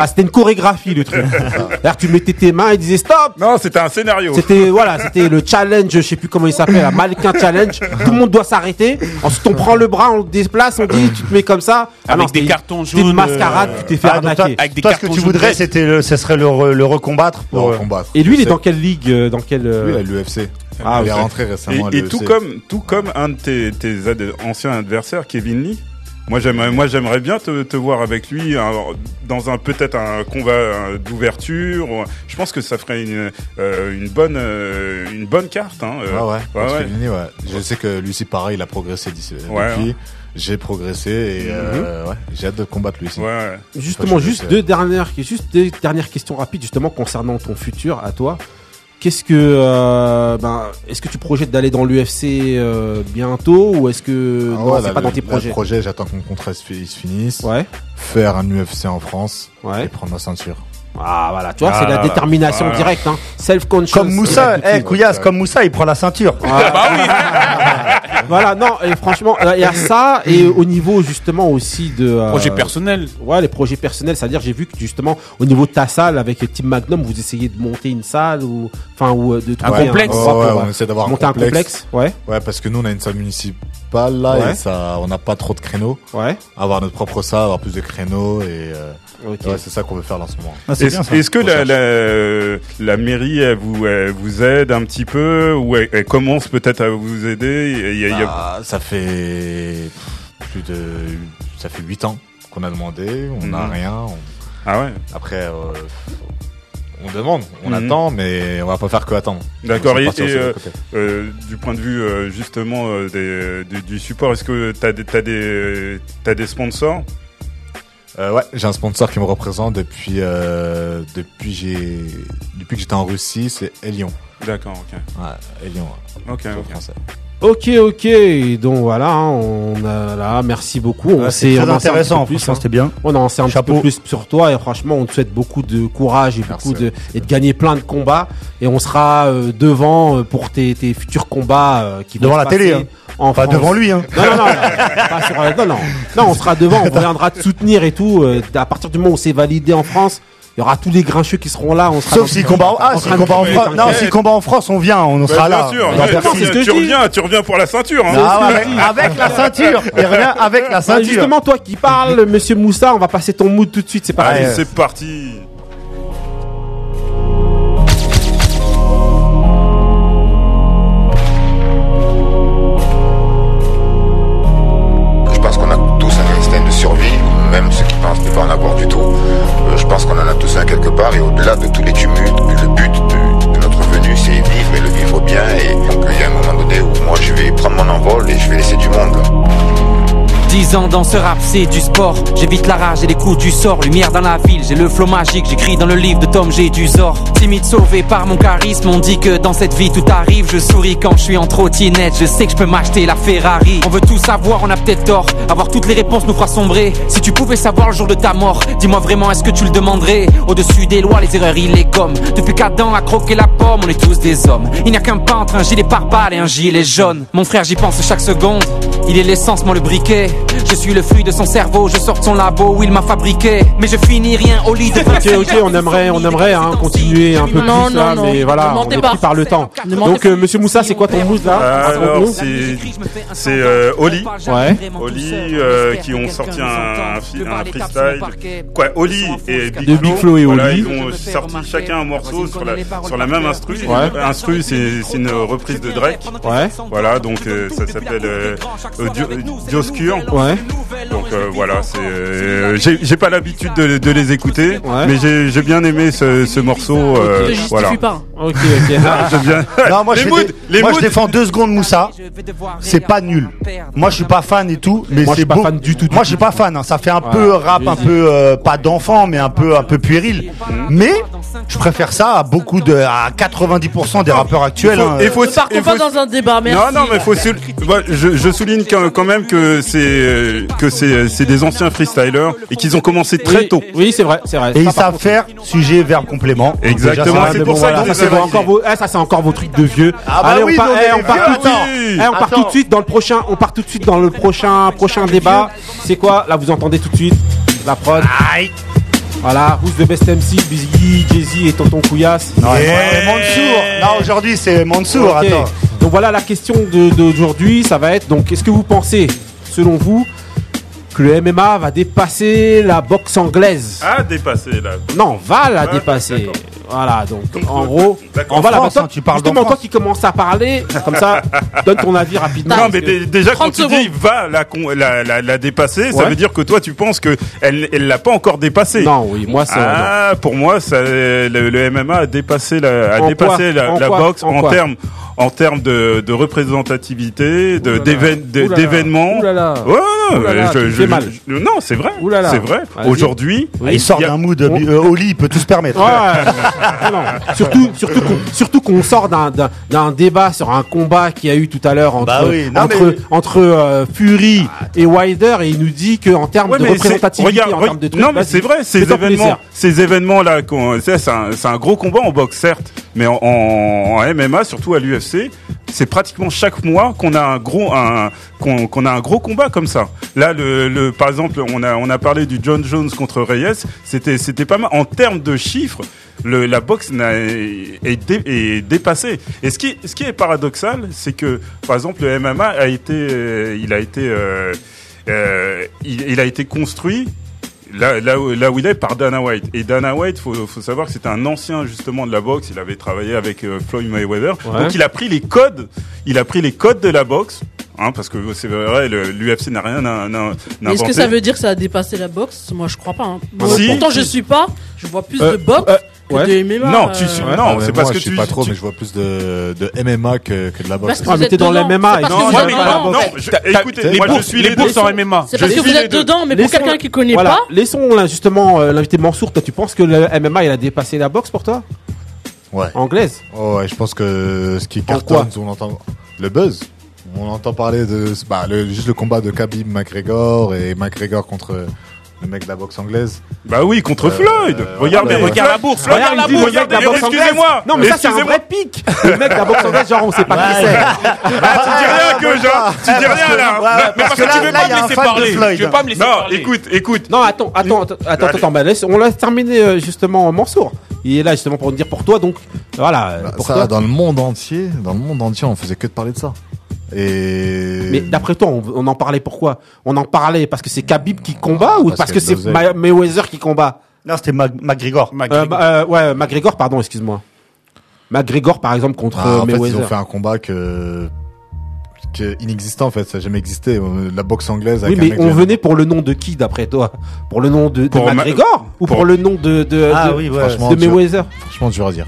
S1: Ah, c'était une chorégraphie, le truc. C'est-à-dire, tu mettais tes mains et disais stop.
S8: Non, c'était un scénario.
S1: C'était, voilà, c'était le challenge, je sais plus comment il s'appelle, la Malkin Challenge. Tout le monde doit s'arrêter. Ensuite, on prend le bras, on le déplace, on dit, tu te mets comme ça. Ah
S2: Avec
S1: non,
S2: des
S1: c'était-
S2: cartons
S1: c'était une
S2: jaunes,
S1: mascarade,
S2: euh,
S1: tu t'es fait
S2: ah, donc toi-
S1: arnaquer.
S2: avec des
S5: Toi, ce que tu voudrais, c'était le, ce serait le, re- le recombattre pour. euh,
S1: Et lui, il est dans quelle ligue euh, Dans quelle euh,
S6: Lui, à l'UFC.
S1: Ah,
S6: il est
S1: ok.
S6: rentré récemment
S8: Et,
S6: à
S8: et tout comme, tout comme un de tes, tes ad- anciens adversaires, Kevin Lee. Moi, j'aimerais, moi, j'aimerais bien te, te voir avec lui hein, dans un peut-être un combat euh, d'ouverture. ou un- Je pense que ça ferait une, euh, une bonne, euh, une bonne carte. Hein, euh.
S6: Ouais, ouais. Parce que
S8: ouais.
S6: Vinny, ouais. Je sais que lui aussi, pareil, il a progressé d'ici.
S8: Ouais, Mhm.
S6: depuis,
S8: hein.
S6: j'ai progressé et euh, ouais, j'ai hâte de combattre lui aussi.
S1: Justement, juste deux dernières, juste des dernières questions rapides justement concernant ton futur à toi. Qu'est-ce que, euh, ben, est-ce que tu projettes d'aller dans l'UFC euh, bientôt ou est-ce que
S6: Ah
S1: non, Ah c'est pas dans tes projets
S6: projet, j'attends que mon contrat se, fi- se finisse. Faire un UFC en France et prendre ma ceinture.
S1: Ah voilà, Tu vois, c'est la détermination directe, hein. self conscious.
S5: Comme Moussa, eh, Couillasse, comme Moussa, il prend la ceinture.
S1: Bah voilà, non, et franchement, euh, il y a ça, et au niveau justement aussi de. euh,
S2: Projet personnel.
S1: Ouais, les projets personnels, c'est-à-dire, j'ai vu que justement, au niveau de ta salle, avec Team Magnum, vous essayez de monter une salle, ou. Enfin, ou euh, de trouver
S6: Ouais,
S1: endroit
S6: ouais,
S1: pour,
S6: on
S1: euh,
S6: essaie d'avoir un
S1: monter
S6: complexe.
S1: Ouais.
S6: Ouais, parce que nous, on a une salle municipale là
S1: Ouais.
S6: et ça, on n'a pas trop de créneaux.
S1: Ouais.
S6: Avoir notre propre salle, avoir plus de créneaux et euh,
S1: Ok. Euh.
S6: ouais, c'est ça qu'on veut faire là en ce moment.
S5: Ah,
S8: Est-ce est-ce que la, la, la mairie elle vous, elle vous aide un petit peu ou elle, elle commence peut-être à vous aider et il y a-
S6: Bah.
S8: il y a-
S6: Ah, Ça fait plus de. Ça fait 8 ans qu'on a demandé, on n'a
S8: Mhm.
S6: rien. on-
S8: Ah ouais
S6: Après, euh, on demande, on
S8: Mhm.
S6: attend, mais on va pas faire que attendre.
S8: D'accord.
S6: On va
S8: Et,
S6: partir
S8: et,
S6: sur le
S8: euh,
S6: côté.
S8: euh, du point de vue euh, justement euh, des- du, du support, est-ce que t'as des t'as des t'as des sponsors
S6: Euh, ouais, j'ai un sponsor qui me représente depuis, euh, depuis, j'ai, depuis que j'étais en Russie, c'est Elion.
S8: D'accord. Ok.
S6: Ouais, Elion. ouais.
S8: Ok,
S6: C'est
S8: ok.
S6: français.
S1: Ok, ok. Donc voilà, hein, on a là, merci beaucoup. On
S5: Ouais, Ah, c'est très
S1: s'est- on en sait un petit
S5: intéressant,
S1: peu plus,
S5: franchement,
S1: hein.
S5: c'était bien.
S1: On en sait un petit peu
S5: Chapeau.
S1: plus sur toi et franchement, on te souhaite beaucoup de courage et beaucoup de et de gagner plein de combats et on sera euh, devant euh, pour tes, tes futurs combats euh, qui vont
S5: Devant
S1: se
S5: la télé,
S1: passer
S5: hein.
S1: en
S5: Pas
S1: France.
S5: devant lui, hein.
S1: Non, non, non, non, pas sur la- non, non. Non, on sera devant, on viendra te soutenir et tout. euh, à partir du moment où c'est validé en France, il y aura tous les grincheux qui seront là. On sera
S5: Sauf s'il combat en, ah,
S1: en
S5: s'il
S1: train de-
S5: combat en France. Non, s'il combat en France, on vient, on
S8: Bah,
S5: sera
S8: bien
S5: là.
S8: sûr.
S5: Dans
S8: Ouais,
S5: Bercy.
S8: tu- tu, reviens, tu reviens pour la ceinture. hein.
S5: Ah ouais, avec, avec la ceinture. Il revient avec
S8: Bah,
S5: la
S1: Ah,
S5: ceinture.
S8: hein.
S1: justement, toi qui parles, monsieur Moussa, on va passer ton mood tout de suite, c'est parti.
S8: Allez, c'est parti.
S6: Euh,
S13: ans dans ce rap, c'est du sport. J'évite la rage et les coups du sort. Lumière dans la ville, j'ai le flot magique. J'écris dans le livre de Tom G. du Zor. Timide sauvé par mon charisme, on dit que dans cette vie tout arrive. Je souris quand je suis en trottinette. Je sais que je peux m'acheter la Ferrari. On veut tout savoir, on a peut-être tort. Avoir toutes les réponses nous fera sombrer. Si tu pouvais savoir le jour de ta mort, dis-moi vraiment, est-ce que tu le demanderais Au-dessus des lois, les erreurs, il les gomme. Depuis qu'Adam a croqué la pomme, on est tous des hommes. Il n'y a qu'un pas entre un gilet pare-balles et un gilet jaune. Mon frère, j'y pense chaque seconde. Il est l'essence, moi le briquet. Je suis le fruit de son cerveau, je sors de son labo où il m'a fabriqué. Mais je finis rien au lit de
S1: Ok, ok, on aimerait, on aimerait hein, continuer un peu
S13: Non,
S1: plus
S13: non,
S1: là,
S13: non,
S1: mais
S13: ne
S1: voilà, on
S13: mentez
S1: est
S13: pas.
S1: pris par le temps.
S13: Ne mentez
S1: Donc, euh, monsieur Moussa, Ah, c'est quoi ton mood là
S8: Euh, Alors,
S1: Raconte-nous.
S8: c'est c'est, euh, Oli. Oli euh, qui ont sorti un, un, fi- un freestyle. Quoi, Oli et Big,
S1: De Big Flo et
S8: voilà,
S1: Oli.
S8: Ils ont sorti chacun un morceau sur la, sur la même instru.
S1: Ouais.
S8: Instru, c'est c'est une reprise de Drake. Voilà, donc euh, ça s'appelle euh, euh, Dio- euh, Dioscure. Donc euh, voilà, c'est. euh, j'ai j'ai pas l'habitude de, de les écouter, mais j'ai j'ai bien aimé ce, ce morceau. euh,
S5: Ne justifie
S8: voilà.
S5: pas.
S1: Ok,
S8: J'aime bien.
S5: Non, moi,
S8: Les
S5: je,
S8: moods,
S5: dé-
S8: les
S5: moi,
S8: moods.
S5: je défends deux secondes Moussa. C'est pas nul. Moi je suis pas fan et tout, mais
S1: Moi,
S5: c'est
S1: je suis pas
S5: beau.
S1: fan du tout, du
S5: moi je suis pas fan. hein. Ça fait un peu rap, un peu euh, pas d'enfant, mais un peu un peu puéril.
S1: Mhm.
S5: Mais je préfère ça à beaucoup de à 90% des rappeurs actuels. hein.
S8: il faut-
S3: Ne partons
S8: il
S3: pas
S8: faut-
S3: dans un débat, merci.
S8: Non, non, mais faut soul- bah, je, je souligne quand quand même que c'est euh, que c'est c'est des anciens freestylers et qu'ils ont commencé très tôt.
S1: Oui, c'est vrai, c'est vrai.
S5: Et ils savent faire sujet, verbe, complément.
S8: Exactement,
S5: Déjà,
S8: c'est pour
S5: bon,
S8: ça
S5: voilà.
S8: que
S1: Ça, c'est encore vos, eh, ça, c'est encore vos trucs de vieux.
S5: Ah bah
S1: Allez,
S5: oui,
S1: on, part,
S5: nous, on
S1: eh,
S5: est
S1: on
S5: des
S1: part
S5: vieux,
S1: tout de suite.
S5: attends.
S1: Eh, on part
S5: Attends.
S1: tout de suite dans le prochain. On part tout de suite dans le prochain, prochain débat. C'est quoi Là, vous entendez tout de suite la prod. Voilà, who's the best MC Busy, Jay-Z et Tonton Couillasse.
S5: Ouais, Mansour. Non, aujourd'hui c'est Mansour.
S1: Ok.
S5: Attends.
S1: Donc voilà la question de- d'aujourd'hui, ça va être donc est-ce que vous pensez, selon vous, que le MMA va dépasser la boxe anglaise
S8: Ah, dépassé là.
S1: Non, va la
S8: Ah,
S1: dépasser.
S8: d'accord.
S1: Voilà, donc en gros,
S8: D'accord.
S1: on va la
S8: En
S1: bah,
S8: France,
S1: toi,
S8: hein, tu parles
S1: justement,
S8: en
S1: toi qui commences à parler, comme ça, donne ton avis rapidement.
S8: Non,
S1: parce
S8: mais
S1: que-
S8: dé- déjà quand tu dis va la, con- la, la, la dépasser, ça
S1: Ouais.
S8: veut dire que toi tu penses que elle elle l'a pas encore dépassée.
S1: Non, oui, moi, ça-
S8: Ah, pour moi, ça, le, le MMA a dépassé la a
S1: En
S8: dépassé
S1: quoi
S8: la,
S1: En
S8: la
S1: quoi
S8: boxe
S1: En
S8: en
S1: quoi
S8: termes en termes de, de représentativité, de d'éven-
S1: Ouh
S8: de-
S1: là là.
S8: d'événements.
S1: Ouh là là.
S8: Ouais, non,
S1: Ouh là là,
S8: je-
S1: tu me
S8: je-
S1: fais mal.
S8: je- non, c'est vrai.
S1: Ouh là là.
S8: C'est vrai.
S1: Vas-y.
S8: Aujourd'hui,
S5: Il sort
S8: il y a-
S5: d'un mood. euh, euh, Oli, il peut tout se permettre.
S1: Ouais. Ah non, Surtout, surtout, qu'on- surtout qu'on sort d'un- d'un d'un débat sur un combat qu'il y a eu tout à l'heure entre
S5: Bah oui, non,
S1: entre,
S5: mais-
S1: entre, euh, Fury et Wilder et il nous dit que en termes
S8: Ouais,
S1: de
S8: mais
S1: représentativité,
S8: c'est- regarde,
S1: en
S8: re-
S1: termes de trucs,
S8: non mais
S1: vas-y,
S8: c'est vrai, ces
S1: fais-toi plaisir.
S8: événements, ces événements là, c'est un, c'est un gros combat en boxe certes, mais en, en- en MMA surtout à l'UFC, c'est pratiquement chaque mois qu'on a un gros un qu'on qu'on a un gros combat comme ça. Là le, le- par exemple on a on a parlé du John Jones contre Reyes, c'était c'était pas mal en termes de chiffres. le- la boxe n'a- est, dé- est dépassée. Et ce qui, ce qui est paradoxal, c'est que, par exemple, le MMA a été, euh, il a été, euh, euh, il, il a été construit là, là, où, là où il est par Dana White. Et Dana White, faut, faut savoir que c'était un ancien justement de la boxe. Il avait travaillé avec euh, Floyd Mayweather.
S1: Ouais.
S8: Donc il a pris les codes, il a pris les codes de la boxe. Hein, parce que c'est vrai, le- l'UFC n'a rien à, n'a- n'a
S3: Mais est-ce que
S8: inventé.
S3: ça veut dire que ça a dépassé la boxe Moi, je crois pas. hein. Moi,
S8: Si.
S3: Pourtant, je suis pas. Je vois plus
S8: Euh,
S3: de boxe
S8: euh,
S3: que
S8: ouais.
S3: de MMA.
S8: Non, tu
S3: euh,
S8: suis-
S6: Ouais,
S8: non,
S6: Ah, mais
S8: c'est
S6: moi,
S8: parce que
S6: je suis
S8: tu-
S6: pas trop,
S8: tu-
S6: mais je vois plus de, de MMA que, que de la boxe.
S1: Ah,
S3: Parce que vous êtes dedans. C'est parce que vous êtes dedans.
S8: non, je- écoutez, moi je suis les deux.
S2: bourses en MMA.
S3: C'est parce
S1: Je
S3: que
S1: suis
S3: vous
S1: les
S3: êtes
S1: deux.
S3: dedans, mais pour
S1: Laissons-
S3: quelqu'un qui connaît
S1: voilà,
S3: pas.
S1: Laissons là, justement euh, l'invité Mansour. Toi, tu penses que le MMA il a dépassé la boxe pour toi
S6: Ouais.
S1: Anglaise
S6: Oh, ouais, je pense que ce qui
S1: En
S6: cartonne, on entend le buzz. On entend parler de bah, le- juste le combat de Khabib McGregor et McGregor contre le mec de la boxe anglaise.
S8: Bah oui, contre Floyd. Regardez,
S6: voilà.
S8: regarde la bourse.
S1: Regarde,
S8: Regarde
S1: il
S8: la
S1: dit
S8: bourse.
S1: le mec de la
S8: Regardez,
S1: boxe anglaise.
S8: excusez-moi.
S1: Non, mais ça, c'est un
S8: Excusez-moi.
S1: vrai pic. Le mec de la boxe anglaise, genre, on sait pas qui c'est.
S8: Ah, Tu dis rien que genre, tu dis rien là.
S5: ouais,
S8: Mais
S5: parce
S8: parce
S5: que
S8: que
S5: là-
S8: tu veux
S5: là,
S8: pas
S5: il y a
S8: me
S5: un
S8: laisser
S5: fan de
S8: parler.
S5: Floyd.
S8: Tu veux pas me laisser
S5: Non,
S8: parler. écoute, écoute.
S1: Non, attends, attends, attends, attends, attends, bah, laisse- on l'a terminé euh, justement Mansour. Il est là justement pour nous dire pour toi, donc voilà. euh, pour
S6: Bah, ça,
S1: toi.
S6: dans le monde entier, dans le monde entier, on faisait que de parler de ça. Et
S1: Mais d'après toi, on, on en parlait pourquoi On en parlait parce que c'est Khabib qui combat ou
S6: Parce
S1: parce que
S6: qu'il y a
S1: c'est
S6: de l'oseille.
S1: Ma- Mayweather qui combat
S5: Non, c'était Mag- McGregor.
S1: Euh, bah, euh, Ouais, McGregor, pardon, excuse-moi. McGregor, par exemple, contre
S6: Ah,
S1: euh,
S6: en fait, ils
S1: Mayweather.
S6: ont fait un combat que, que inexistant en fait, ça n'a jamais existé. Euh, La boxe anglaise.
S1: Oui,
S6: Avec un
S1: mais
S6: mec
S1: on
S6: de-
S1: venait pour le nom de qui, d'après toi Pour le nom de, de
S6: Pour Ma-
S1: McGregor ou pour,
S6: pour-
S1: le nom de, de,
S5: Ah
S1: de-
S5: oui, ouais.
S1: de
S6: Franchement, dur-
S1: Mayweather
S6: Franchement, dur à dire.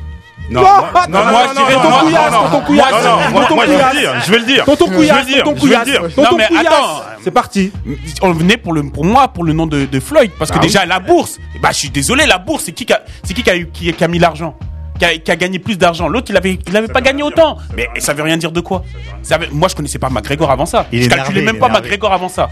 S8: Non,
S9: Non,
S8: moi-
S9: non, non, non, non, non, non, non, non, non, moi- moi, je vais le dire, je vais le dire. Je vais le dire, je vais le dire.
S2: Non,
S9: Tonton
S2: mais
S9: Couillasse.
S2: attends.
S1: C'est parti.
S2: On venait pour, le, pour moi, pour le nom de, de Floyd. Parce que
S8: Bah
S1: Ah
S2: déjà, la bourse, eh ben, je suis désolé, la bourse, c'est qui qui a, c'est qui qui a, eu- qui- qui a mis l'argent qui a, qui a gagné plus d'argent L'autre, il avait, il avait pas gagné autant. mais ça veut rien dire de quoi Ça veut- Moi, je connaissais pas McGregor avant ça.
S8: Il est
S2: je calculais
S8: énervé,
S2: même
S8: il est
S2: pas
S8: énervé.
S2: McGregor avant ça.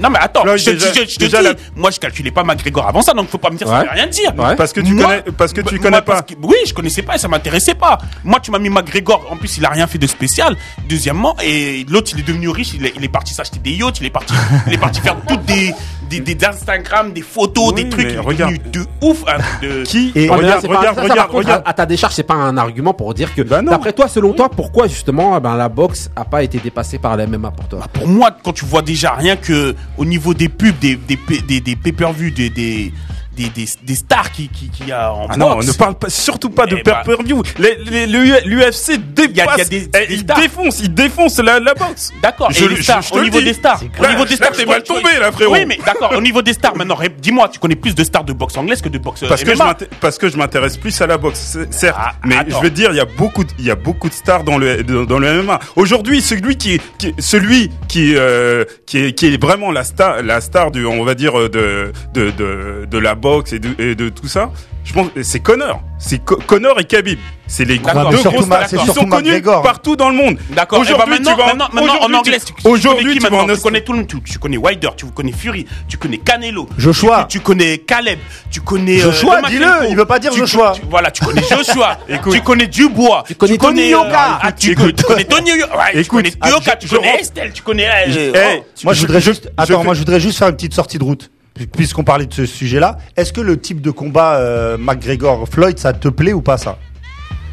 S2: Non, mais attends,
S8: Floyd,
S2: je, te-
S8: déjà-
S2: je- je te
S8: déjà,
S2: dis,
S8: la-
S2: moi, je calculais pas McGregor avant ça, donc faut pas me dire ça
S8: Ouais.
S2: veut rien dire.
S8: Ouais. Parce que tu
S2: Moi-
S8: connais- parce que tu
S2: moi,
S8: connais
S2: parce que- oui, je connaissais pas et ça m'intéressait pas. Moi, tu m'as mis McGregor, en plus, il a rien fait de spécial. Deuxièmement, et l'autre, il est devenu riche, il est, il est parti s'acheter des yachts, il est parti, il est parti faire toutes des, des, des Instagram, des photos, des trucs. Il est
S8: regarde.
S2: devenu de ouf. un truc de-
S1: Et regarde, regarde, regarde. À ta décharge, c'est pas un argument pour dire que.
S9: Bah
S1: D'après toi, selon toi, pourquoi justement eh ben, la boxe a pas été dépassée par la MMA pour toi
S2: Pour moi, quand tu vois déjà rien que au niveau des pubs, des, des, des, des, des pay-per-view, des, des, des, des, des stars qui, qui, qui y a en
S8: Ah non,
S2: boxe.
S8: ne parle pas, surtout pas de
S2: Eh bah.
S8: pay-per-view. Les- les- les- L'UFC dépasse, eh, il défonce, il défonce la, la boxe.
S2: D'accord.
S8: Je
S2: et
S8: le-
S2: les stars,
S8: je- je te
S2: au
S8: le
S2: niveau
S8: dis.
S2: des stars,
S8: C'est
S2: au niveau des stars,
S8: clair. Là,
S2: tu
S8: t'es
S2: vois,
S8: mal
S2: tu vois,
S8: tombé, là, frérot.
S2: Oui, mais d'accord, au niveau des stars, maintenant, rép- dis-moi, tu connais plus de stars de boxe anglaise que de boxe
S8: Parce que, je
S2: MMA.
S8: m'inté- parce que je m'intéresse plus à la boxe, c'est- certes. mais
S2: attends.
S8: je veux dire, il y a beaucoup, de- il y a beaucoup de stars dans le dans, dans le MMA. Aujourd'hui, celui qui, est- qui est- celui qui euh, qui est qui est vraiment la star, la star du, on va dire de de de, de la boxe et de, et de tout ça. Je pense c'est Connor, c'est Co- Connor et Khabib. C'est les
S2: D'accord.
S8: gros-
S2: Mais
S8: deux
S2: surtout
S8: gros
S2: Ma-
S8: stars
S2: c'est
S8: qui
S2: surtout
S8: sont connus
S2: McGregor. hein.
S8: partout dans le monde.
S2: D'accord.
S8: Aujourd'hui,
S2: eh ben, maintenant,
S8: tu vas en-
S2: maintenant, maintenant, en
S8: aujourd'hui,
S2: anglais,
S8: tu-
S2: tu- tu connais
S8: Aujourd'hui,
S2: qui
S8: tu vas
S2: maintenant
S8: en
S2: tu connais tout le monde. Tu, tu connais Wilder, tu connais Fury, tu connais Canelo,
S5: Joshua.
S2: tu, tu connais Caleb, tu connais. euh,
S5: Joshua,
S2: Lomachenko.
S5: dis-le, il veut pas dire
S2: Tu-
S5: Joshua.
S2: tu- voilà, tu connais Joshua, tu connais Dubois, tu connais,
S5: Tony
S2: euh,
S5: Yoka.
S2: ah, tu,
S5: Écoute.
S2: tu connais Tony Yoka, ouais, tu
S5: Écoute,
S2: connais
S5: ah,
S2: Yoka,
S5: je-
S2: tu
S5: je
S2: connais
S5: rentre.
S2: Estelle, tu connais. euh,
S5: Eh,
S2: euh,
S5: moi, je voudrais juste. Attends,
S8: fais-
S5: moi, je voudrais juste faire une petite sortie de route. Puis- Puisqu'on parlait de ce sujet-là, est-ce que le type de combat euh, McGregor-Floyd, ça te plaît ou pas ça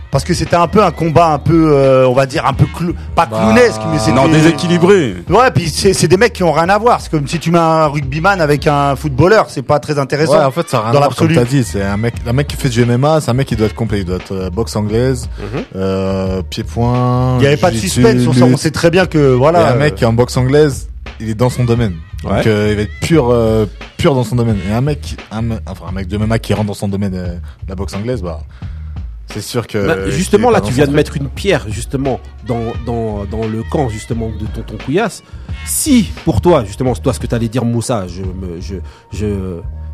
S5: Parce que c'était un peu un combat un peu, euh, on va dire, un peu clou- pas
S6: Bah,
S5: clownesque, mais c'était
S8: non, déséquilibré.
S5: Ouais, puis c'est c'est des mecs qui ont rien à voir. C'est comme si tu mets un rugbyman avec un footballeur, c'est pas très intéressant.
S6: Ouais, en fait, ça a rien
S5: dans
S6: à voir, comme
S5: l'absolu.
S6: t'as dit. C'est un mec, un mec qui fait du MMA, c'est un mec qui doit être complet. Il doit être euh, boxe anglaise, euh, pied-point.
S5: Mhm. Il y avait pas de
S6: jiu-jitsu,
S5: suspense. On, sait- on
S6: lutte.
S5: sait très bien que voilà.
S6: Et un mec
S5: euh,
S6: qui est en boxe anglaise, il est dans son domaine. Donc
S5: Ouais.
S6: euh, il va être pur, euh, pur dans son domaine. Et un mec, qui- un, me- enfin un mec de MMA qui rentre dans son domaine, euh, la boxe anglaise, bah, c'est sûr que.
S1: Bah,
S6: euh,
S1: justement,
S6: qu'il est
S1: là,
S6: pas
S1: tu
S6: dans
S1: viens
S6: son
S1: de
S6: truc.
S1: mettre une pierre, justement, dans, dans, dans le camp, justement, de tonton Couillasse. Si, pour toi, justement, toi, ce que tu allais dire, Moussa, je, me, je, je,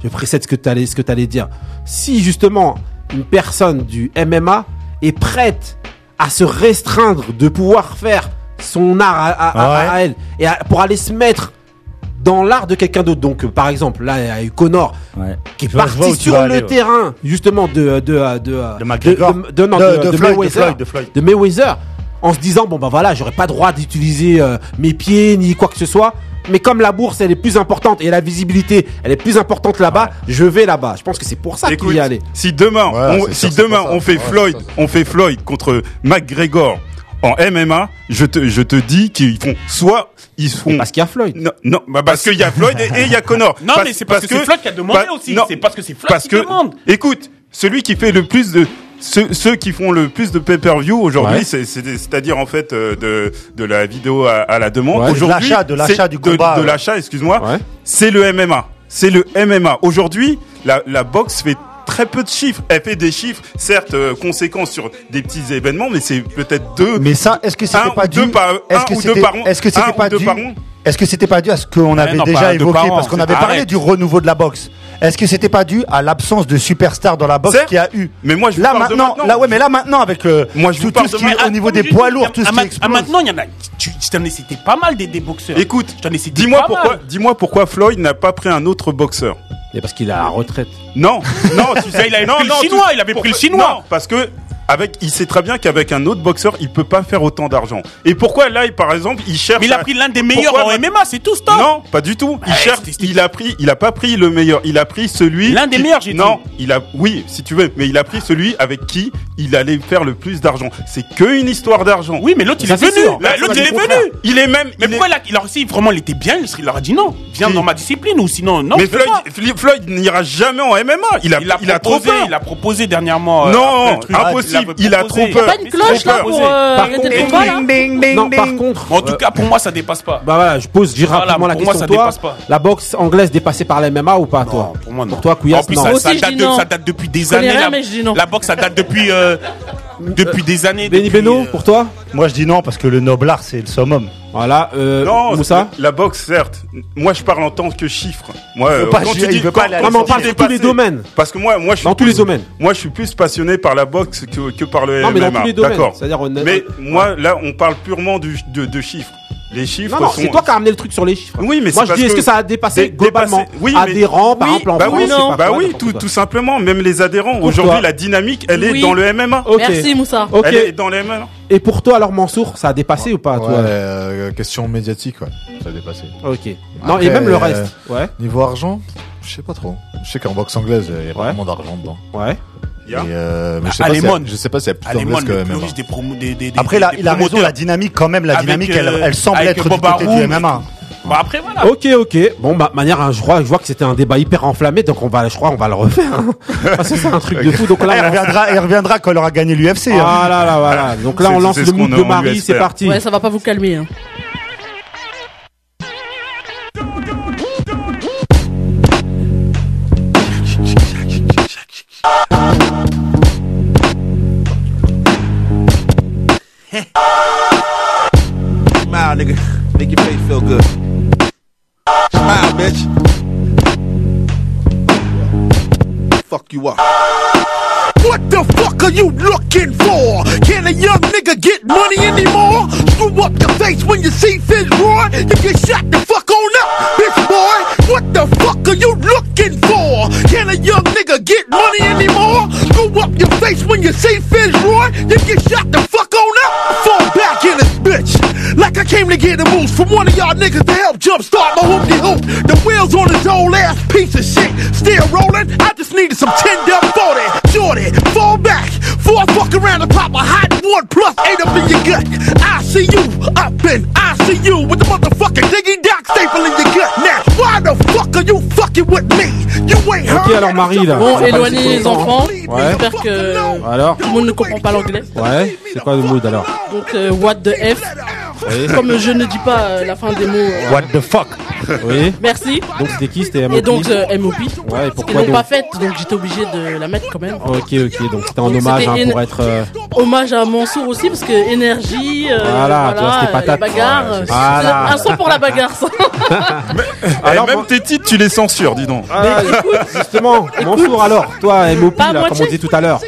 S1: je précède ce que tu allais, ce que t'allais dire. Si, justement, une personne du MMA est prête à se restreindre de pouvoir faire son art à, à- à- à elle, et à- pour aller se mettre dans l'art de quelqu'un d'autre. Donc, euh, par exemple, là, il y a eu Connor, qui est
S5: Je vois- je vois
S1: parti
S5: où tu
S1: sur
S5: vas
S1: le
S5: aller, ouais.
S1: terrain, justement, de, de, de, de,
S5: McGregor.
S1: de- de- non,
S5: De-
S1: de-
S5: de
S1: de
S5: Floyd, de
S1: Mayweather.
S5: Floyd, de Floyd.
S1: de Mayweather, en se disant bon bah voilà j'aurais pas droit d'utiliser euh, mes pieds ni quoi que ce soit mais comme la bourse elle est plus importante et la visibilité elle est plus importante là-bas je vais là-bas je pense que c'est pour ça qu'il
S8: Écoute,
S1: y allait
S8: Si demain,
S1: Voilà,
S8: on,
S1: c'est
S8: si
S1: sûr, c'est
S8: demain
S1: pour ça.
S8: on fait
S1: Ouais,
S8: Floyd, on fait Floyd contre McGregor en MMA, je te, je te dis qu'ils font soit ils font
S1: parce qu'il y a Floyd.
S8: Non, non, bah parce qu'il y a Floyd et et il y a Connor.
S2: Non, mais c'est parce que c'est Floyd qui a demandé
S8: pas-
S2: aussi.
S8: non,
S2: C'est parce que c'est Floyd
S8: parce
S2: qui
S8: que-
S2: demande.
S8: Écoute, celui qui fait le plus de ceux, ceux qui font le plus de pay-per-view aujourd'hui,
S6: Ouais.
S8: c'est- c'est- c'est-à-dire en fait euh, de, de la vidéo à, à la demande.
S6: Ouais.
S8: Aujourd'hui,
S6: De l'achat, de l'achat
S8: c'est-
S6: du combat,
S8: de, de
S6: ouais.
S8: l'achat, excuse-moi. C'est le MMA. C'est le MMA. Aujourd'hui, la, la boxe fait très peu de chiffres. Elle fait des chiffres, certes euh, conséquents sur des petits événements, mais c'est peut-être deux.
S5: Mais ça, est-ce que
S8: un
S5: c'était
S8: ou
S5: pas
S8: deux
S5: dû
S8: par
S5: Est-ce que
S8: un ou deux
S5: c'était
S8: par mois
S5: est-ce que
S8: Un
S5: c'était
S8: ou
S5: pas
S8: deux
S5: dû
S8: par mois
S5: Est-ce que c'était pas dû à ce qu'on avait
S8: non, pas
S5: déjà
S8: deux par
S5: évoqué
S8: an,
S5: parce qu'on
S8: c'est-
S5: avait parlé
S8: arrête.
S5: du renouveau de la boxe Est-ce que c'était pas dû à l'absence de superstar dans la boxe
S8: Certes.
S5: qu'il y a eu
S8: Mais moi, je vous
S5: là
S8: parle de
S5: maintenant,
S8: maintenant.
S5: là ouais, mais là maintenant avec euh, tout, tout ce qui est au niveau des poids lourds, tout ce qui
S2: Ah,
S5: explose.
S2: maintenant, il y en a. Tu, je t'en ai cité pas mal des, des boxeurs.
S8: Écoute,
S2: je t'en ai cité
S8: Dis-moi
S2: pas
S8: pourquoi,
S2: mal.
S8: dis-moi pourquoi Floyd n'a pas pris un autre boxeur.
S1: Mais parce qu'il a la retraite.
S8: Non, non, tu sais,
S2: Mais il avait pris le chinois, il avait pris le chinois.
S8: Non, parce que avec, il sait très bien qu'avec un autre boxeur, il peut pas faire autant d'argent. Et pourquoi là, il- par exemple, il cherche
S2: Mais il a
S8: à-
S2: pris l'un des meilleurs
S8: Pourquoi
S2: en
S8: ma-
S2: MMA, c'est tout, stop.
S8: Non, pas du tout. Il cherche, il a pris, il a pas pris le meilleur. Il a pris celui. L'un des meilleurs, j'ai Non, il a, oui, si tu veux, mais il a pris celui avec qui il allait faire le plus d'argent. C'est que une histoire d'argent.
S2: Oui, mais l'autre, il est venu. Là, L'autre, il est venu.
S8: Il est même.
S2: Mais pourquoi il a- il aurait si vraiment il était bien, il serait- il aurait dit non. Viens dans ma discipline ou sinon non.
S8: mais
S2: je peux
S8: Floyd,
S2: pas.
S8: Fli- Floyd n'ira jamais en MMA. Il a, il a, trop
S2: proposé,
S8: peur.
S2: il a proposé dernièrement. euh,
S8: Non,
S2: après le truc.
S8: impossible, il a
S2: proposé.
S8: trop peur. T'as pas une cloche,
S2: Trop
S8: là,
S2: peur.
S8: pour, euh,
S2: Par
S8: arrêter
S2: contre-
S8: le combat, là
S3: hein.
S8: Bing, bing, bing,
S1: non par
S8: bing.
S1: contre euh,
S2: En tout cas, pour moi, ça dépasse pas.
S1: bah voilà je pose j'ai
S2: Voilà,
S1: rapidement la
S2: pour moi, ça
S1: question toi
S2: dépasse pas.
S1: la boxe anglaise dépassée par la MMA ou pas toi
S2: Pour moi, non.
S1: pour toi
S2: En
S1: Couillasse
S2: plus,
S1: non
S2: ça, ça date de- ça date depuis des
S1: connais
S2: années.
S1: rien,
S2: la, la boxe, ça date depuis. euh, depuis euh, des années.
S1: Benny Beno, pour toi
S5: Moi je dis non parce que le noble art c'est le summum.
S1: Voilà, euh,
S8: Non, la boxe, certes. Moi, je parle en tant que chiffre. Moi,
S5: Il veut
S8: euh,
S5: pas
S8: quand
S5: chier,
S8: tu dis-
S5: il veut pas aller à
S8: quand-
S5: la
S8: quand
S5: sortie.
S8: tu dis
S5: Dans tous les
S8: passer-
S1: domaines.
S8: Parce que moi, moi, je suis
S1: Dans tous
S8: plus-
S1: les domaines.
S8: Moi, je suis plus passionné par la boxe que, que par le
S1: Non, mais dans
S8: MMA.
S1: tous les domaines.
S8: D'accord.
S1: C'est-à-dire, on-
S8: Mais moi, là, on parle purement du- de, de chiffres. Les chiffres
S1: Non, non,
S8: sont.
S1: c'est toi qui as ramené le truc sur les chiffres.
S8: Oui, mais
S1: Moi
S8: c'est
S1: je dis,
S8: parce
S1: est-ce que,
S8: que
S1: ça a dépassé
S8: dé-
S1: globalement
S8: dépassé- oui, mais-
S1: adhérents, par
S8: Oui,
S1: exemple, en
S8: bah
S1: France,
S8: oui,
S1: c'est pas
S8: bah
S1: mal,
S8: oui,
S1: n'importe
S8: tout,
S1: quoi.
S8: tout simplement, même les adhérents.
S1: Pour
S8: Aujourd'hui,
S1: toi.
S8: la dynamique, elle
S1: Oui.
S8: est dans le MMA.
S1: Ok. Merci,
S3: Moussa.
S1: Ok.
S8: Elle est dans le MMA.
S1: Et pour toi, alors Mansour, ça a dépassé ou pas,
S6: Ouais,
S1: toi
S6: euh, question médiatique, ouais. Ça a dépassé.
S1: Ok. Non, et même le reste. Ouais.
S6: Niveau argent, je sais pas trop. Je sais qu'en boxe anglaise, il y a vraiment d'argent dedans.
S1: Ouais.
S6: Et euh, mais je sais
S2: Ah,
S6: pas
S2: Alemon.
S6: si- je sais pas s'il y a plus euh,
S2: Alemon,
S6: d'anglaise
S2: le
S6: que
S2: plus
S6: MMA.
S2: riche des promos- des- des- des-
S5: Après là,
S2: des
S5: il a raison,
S2: promoteurs.
S5: la dynamique quand même, la
S2: Avec,
S5: dynamique
S2: euh,
S5: elle, elle semble
S2: avec
S5: être du
S2: Bob
S5: côté du
S2: Arum.
S5: MMA.
S2: Bah après voilà.
S8: Ah.
S1: Ok, ok. Bon, bah, de manière, hein, je crois, je vois que c'était un débat hyper enflammé, donc on va, je crois, on va le refaire. hein. Parce que c'est un truc de fou. Donc là,
S5: il
S1: on-
S5: reviendra, il reviendra quand il aura gagné l'UFC.
S1: Ah là là, voilà. Donc là, on lance le mood de Marie, c'est parti.
S3: Ouais, ça va pas vous calmer. hein.
S14: Smile, nigga. Make your face feel good. Smile, bitch. Fuck you up.
S15: What the fuck are you looking for? Can a young nigga get money anymore? Screw up your face when you see Fizz Roy. You get shot the fuck on up, bitch boy. What the fuck are you looking for? Can a young nigga get money anymore? Screw up your face when you see Fizz Roy. You get shot the fuck on up. Fall back in this bitch. Like I came to get a boost from one of y'all niggas to help jumpstart my hoopty hoop. The wheels on his old ass piece of shit. Still rolling. I just needed some 10 del 40. Shorty, fall back. Four fuck around and pop a hot one plus eight up in your gut. I see you up in I see you with the motherfucking diggy doc staple in your gut. Now, why the fuck are you fucking with me? You ain't
S1: Ok,
S15: heard.
S1: alors Marie, là. Ah,
S3: Bon,
S1: Ça va pas
S3: éloignez
S1: laisser
S3: les
S1: longtemps, hein.
S3: enfants.
S1: Ouais.
S3: J'espère que
S1: Alors.
S3: tout le monde ne comprend pas l'anglais.
S1: Ouais. C'est quoi le mood alors
S3: Donc, euh, what the F.
S1: Oui.
S3: Comme je ne dis pas euh, la fin des mots. euh,
S1: What the fuck Oui.
S3: Merci.
S1: Donc c'était qui C'était MOP
S3: Et donc, euh, MOP.
S1: Ouais, et
S3: Ils
S1: pourquoi
S3: l'ont
S1: donc
S3: pas faite, donc j'étais obligé de la mettre quand même.
S1: Ok, ok, donc c'était en
S3: Donc,
S1: hommage
S3: c'était
S1: hein,
S3: une-
S1: pour être. euh,
S3: Hommage à Mansour aussi, parce que énergie, euh,
S1: Voilà,
S3: voilà,
S1: tu vois, c'était
S3: euh,
S1: patate.
S3: la bagarre.
S1: Ouais,
S3: euh,
S1: c'est ça.
S3: c'est
S1: Voilà.
S3: Un son pour la bagarre, ça.
S8: Alors, même tes titres, tu les censures, dis donc.
S1: Ah, Justement, Mansour, alors, toi, MOP,
S3: Pas à
S1: là, comme on
S3: moitié.
S1: dit tout à l'heure.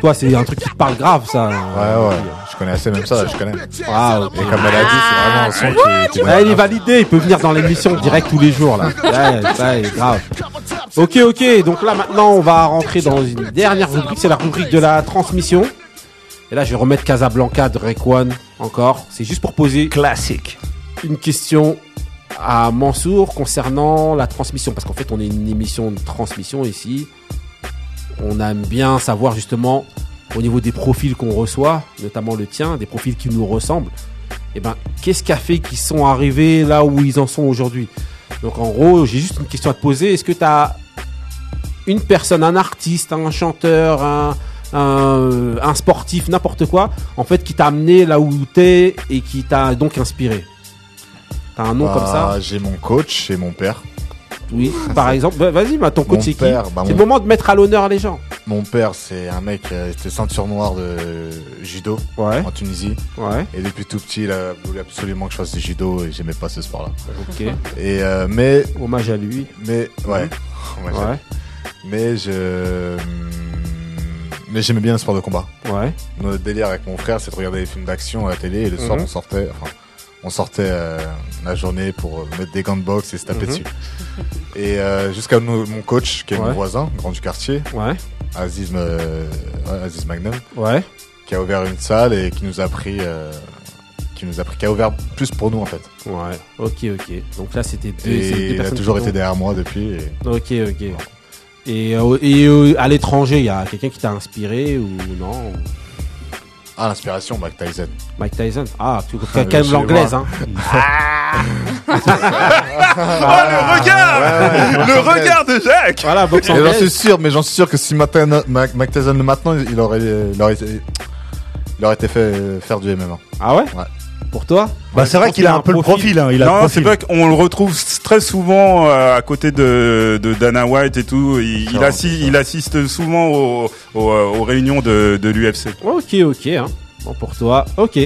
S1: Toi, c'est un truc qui te parle grave, ça.
S6: Ouais, ouais. Je connais assez même ça, je connais.
S1: Ah, ok.
S6: Et comme elle a dit, c'est vraiment un son qui- qui.
S1: Ouais, il est validé, il peut venir dans l'émission direct tous les jours là. Ouais, ouais, grave. Ok, ok, donc là maintenant on va rentrer dans une dernière rubrique, c'est la rubrique de la transmission. Et là je vais remettre Casablanca de Rekwan encore. C'est juste pour poser classique une question à Mansour concernant la transmission. Parce qu'en fait on est une émission de transmission ici. On aime bien savoir justement au niveau des profils qu'on reçoit, notamment le tien, des profils qui nous ressemblent eh ben, qu'est-ce qui a fait qu'ils sont arrivés là où ils en sont aujourd'hui Donc en gros, j'ai juste une question à te poser. Est-ce que tu as une personne, un artiste, un chanteur, un, un- un sportif, n'importe quoi, en fait, qui t'a amené là où t'es et qui t'a donc inspiré T'as un nom
S6: Bah,
S1: comme ça
S6: J'ai mon coach et mon père.
S1: Oui, par exemple. Bah, Vas-y, bah, ton coach,
S6: Mon
S1: c'est qui
S6: père, bah,
S1: C'est le
S6: mon-
S1: moment de mettre à l'honneur les gens.
S6: Mon père, c'est un mec qui était ceinture noire de judo en Tunisie. Et depuis tout petit, il a voulu absolument que je fasse du judo et j'aimais pas ce sport-là.
S1: Ok.
S6: Et euh, mais
S1: hommage à lui.
S6: Mais ouais. Hommage à lui. Mais je hum, mais j'aimais bien le sport de combat.
S1: Ouais.
S6: Notre délire avec mon frère, c'est de regarder des films d'action à la télé et le soir
S1: Mhm.
S6: on sortait. enfin, on sortait euh, la journée pour euh, mettre des gants de boxe et se taper
S1: Mhm.
S6: dessus. Et euh, jusqu'à nous- mon coach, qui est mon
S1: Ouais.
S6: voisin, grand du quartier, Aziz, euh, ouais, Aziz Magnum, qui a ouvert une salle et qui nous a pris, euh, qui nous a pris, qui a ouvert plus pour nous en fait.
S1: Ouais. Ok, ok. Donc là, c'était deux, c'est deux
S6: Et il a
S1: personnes
S6: toujours
S1: qui
S6: été
S1: t'ont-
S6: derrière moi depuis. et-
S1: Ok, ok. Et, euh, et, euh, à l'étranger, il y a quelqu'un qui t'a inspiré ou non
S6: Ah, l'inspiration, Mike Tyson.
S1: Mike Tyson Ah, tu connais
S6: Je
S1: quand même
S6: sais
S1: l'anglaise, hein
S6: voir. Ah,
S1: le regard
S6: Le regard
S8: de Jacques
S1: Voilà, boxe
S6: Et j'en
S1: anglaise.
S6: suis Eh ben, sûr, mais j'en suis sûr que si matin, Mac, Mac Tyson le maintenant, il aurait, il aurait, il aurait été fait euh, faire du MMA.
S1: Ah ouais
S6: Ouais.
S1: pour toi.
S5: Bah, c'est vrai qu'il a un peu le profil. hein, il a le
S8: non, c'est
S5: profil.
S8: vrai qu'on le retrouve s- très souvent euh, à côté de, de Dana White et tout. Il, il
S1: Genre,
S8: assi- il assiste souvent aux, aux, euh, aux réunions de, de l'UFC.
S1: Ok, ok. hein. Bon, pour toi, ok.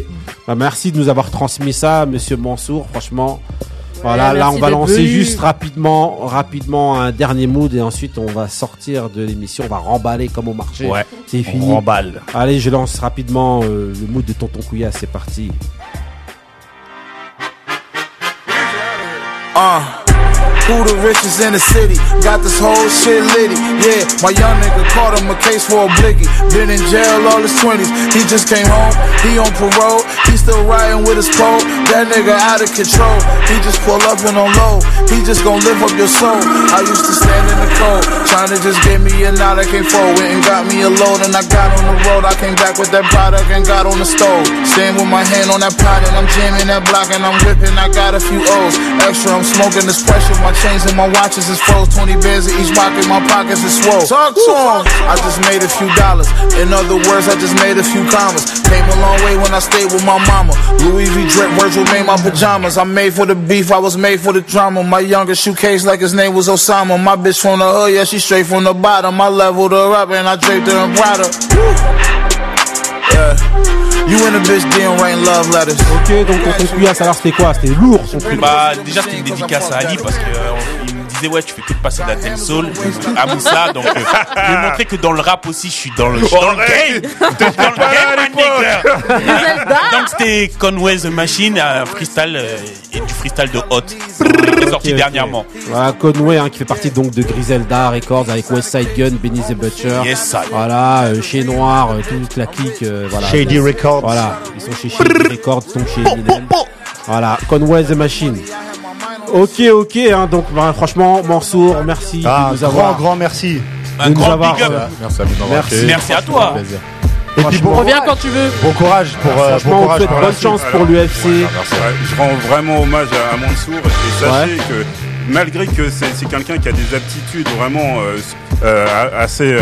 S1: Bah, merci de nous avoir transmis ça, monsieur Mansour. Franchement, voilà, là,
S5: merci
S1: on va
S5: d'être
S1: lancer
S5: venu.
S1: juste rapidement, rapidement un dernier mood et ensuite on va sortir de l'émission. On va remballer comme au marché.
S4: Ouais,
S1: c'est
S4: on
S1: fini.
S4: remballe.
S1: Allez, je lance rapidement euh, le mood de Tonton Couilla. C'est parti.
S14: Uh, who the richest in the city? Got this whole shit litty. Yeah, my young nigga caught him a case for a blicky. Been in jail all his 20s. He just came home. He on parole. He still riding with his pole. That nigga out of control. He just pull up and on low. He just gon' lift up your soul. I used to stand in the cold. Trying to just get me a knot. I came forward and got me a load. And I got on the road. I came back with that product and got on the stove. Stand with my hand on that pot and I'm jamming that block and I'm whipping. I got a few O's. Extra, I'm smoking this pressure. My chains and my watches is froze. 20 bands in each pocket. My pockets is swole. Talk to 'em. I just made a few dollars. In other words, I just made a few commas. Came a long way when I stayed with my mama. Louis V. Drip, Virgil made my pajamas. I'm made for the beef. I was made for the drama. My youngest shoecase like his name was Osama. My bitch from the hood. Yeah, she straight from the bottom. I leveled her up and I draped her in Prada. Woo. Yeah. You and a bitch DM writing love letters.
S1: Ok, donc Tonton Couilla, ça alors c'était quoi C'était lourd son truc.
S2: Bah déjà c'était une dédicace à Ali parce que euh, on- il me disait ouais tu fais tout passer de la telle soul à Moussa donc euh, je vais montrer que dans le rap aussi je suis dans le je suis dans le game Je suis dans le game, my nigga. donc c'était Conway the Machine un freestyle euh, et du freestyle de Hot qui est sorti dernièrement
S1: Voilà, Conway hein, qui fait partie donc de Griselda Records avec Westside Gun, Benny the Butcher. Voilà, euh, chez Noir, euh, toute la clique. euh, voilà.
S5: Shady Records.
S1: Voilà, ils sont chez Shady Records, ils sont chez Eminem. Voilà, Conway the Machine. Ok, ok, hein, donc bah, franchement, Mansour, merci
S5: Ah,
S1: de nous
S5: grand,
S1: avoir.
S5: grand merci.
S1: Un grand big
S6: Ah,
S1: up.
S5: euh,
S1: Merci à vous d'avoir accueilli. Merci à toi.
S5: Et puis bon,
S3: Reviens quand tu veux.
S5: bon courage pour, euh, bon courage pour la suite.
S1: l'UFC.
S8: je rends vraiment hommage à, à Mansour et sachez que malgré que c'est c'est quelqu'un qui a des aptitudes vraiment euh, s- euh, a- assez, euh,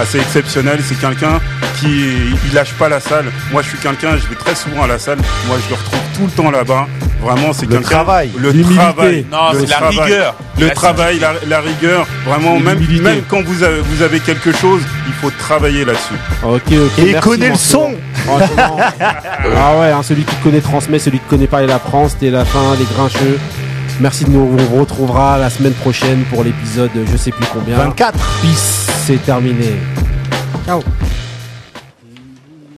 S8: assez exceptionnelles, c'est quelqu'un qui il lâche pas la salle. Moi, je suis quelqu'un, je vais très souvent à la salle. Moi, je le retrouve tout le temps là-bas. Vraiment, c'est
S5: Le
S8: quelqu'un-
S5: travail.
S8: le
S5: L'humilité.
S8: travail,
S2: Non,
S8: le
S2: c'est la
S8: travail.
S2: rigueur.
S8: le
S2: La-
S8: travail, la, la rigueur. Vraiment, même,
S1: L'humilité.
S8: même quand vous avez, vous avez quelque chose, il faut travailler là-dessus.
S1: Ok, ok.
S8: Et il
S1: merci,
S8: connaît le
S1: Mansour.
S8: son.
S1: Franchement. ah ouais, hein, celui qui connaît transmet, celui qui connaît pas il apprend. C'était la fin, les grincheux. Merci de nous. On vous retrouvera la semaine prochaine pour l'épisode je sais plus combien.
S5: 24.
S1: Peace, c'est terminé.
S5: Ciao.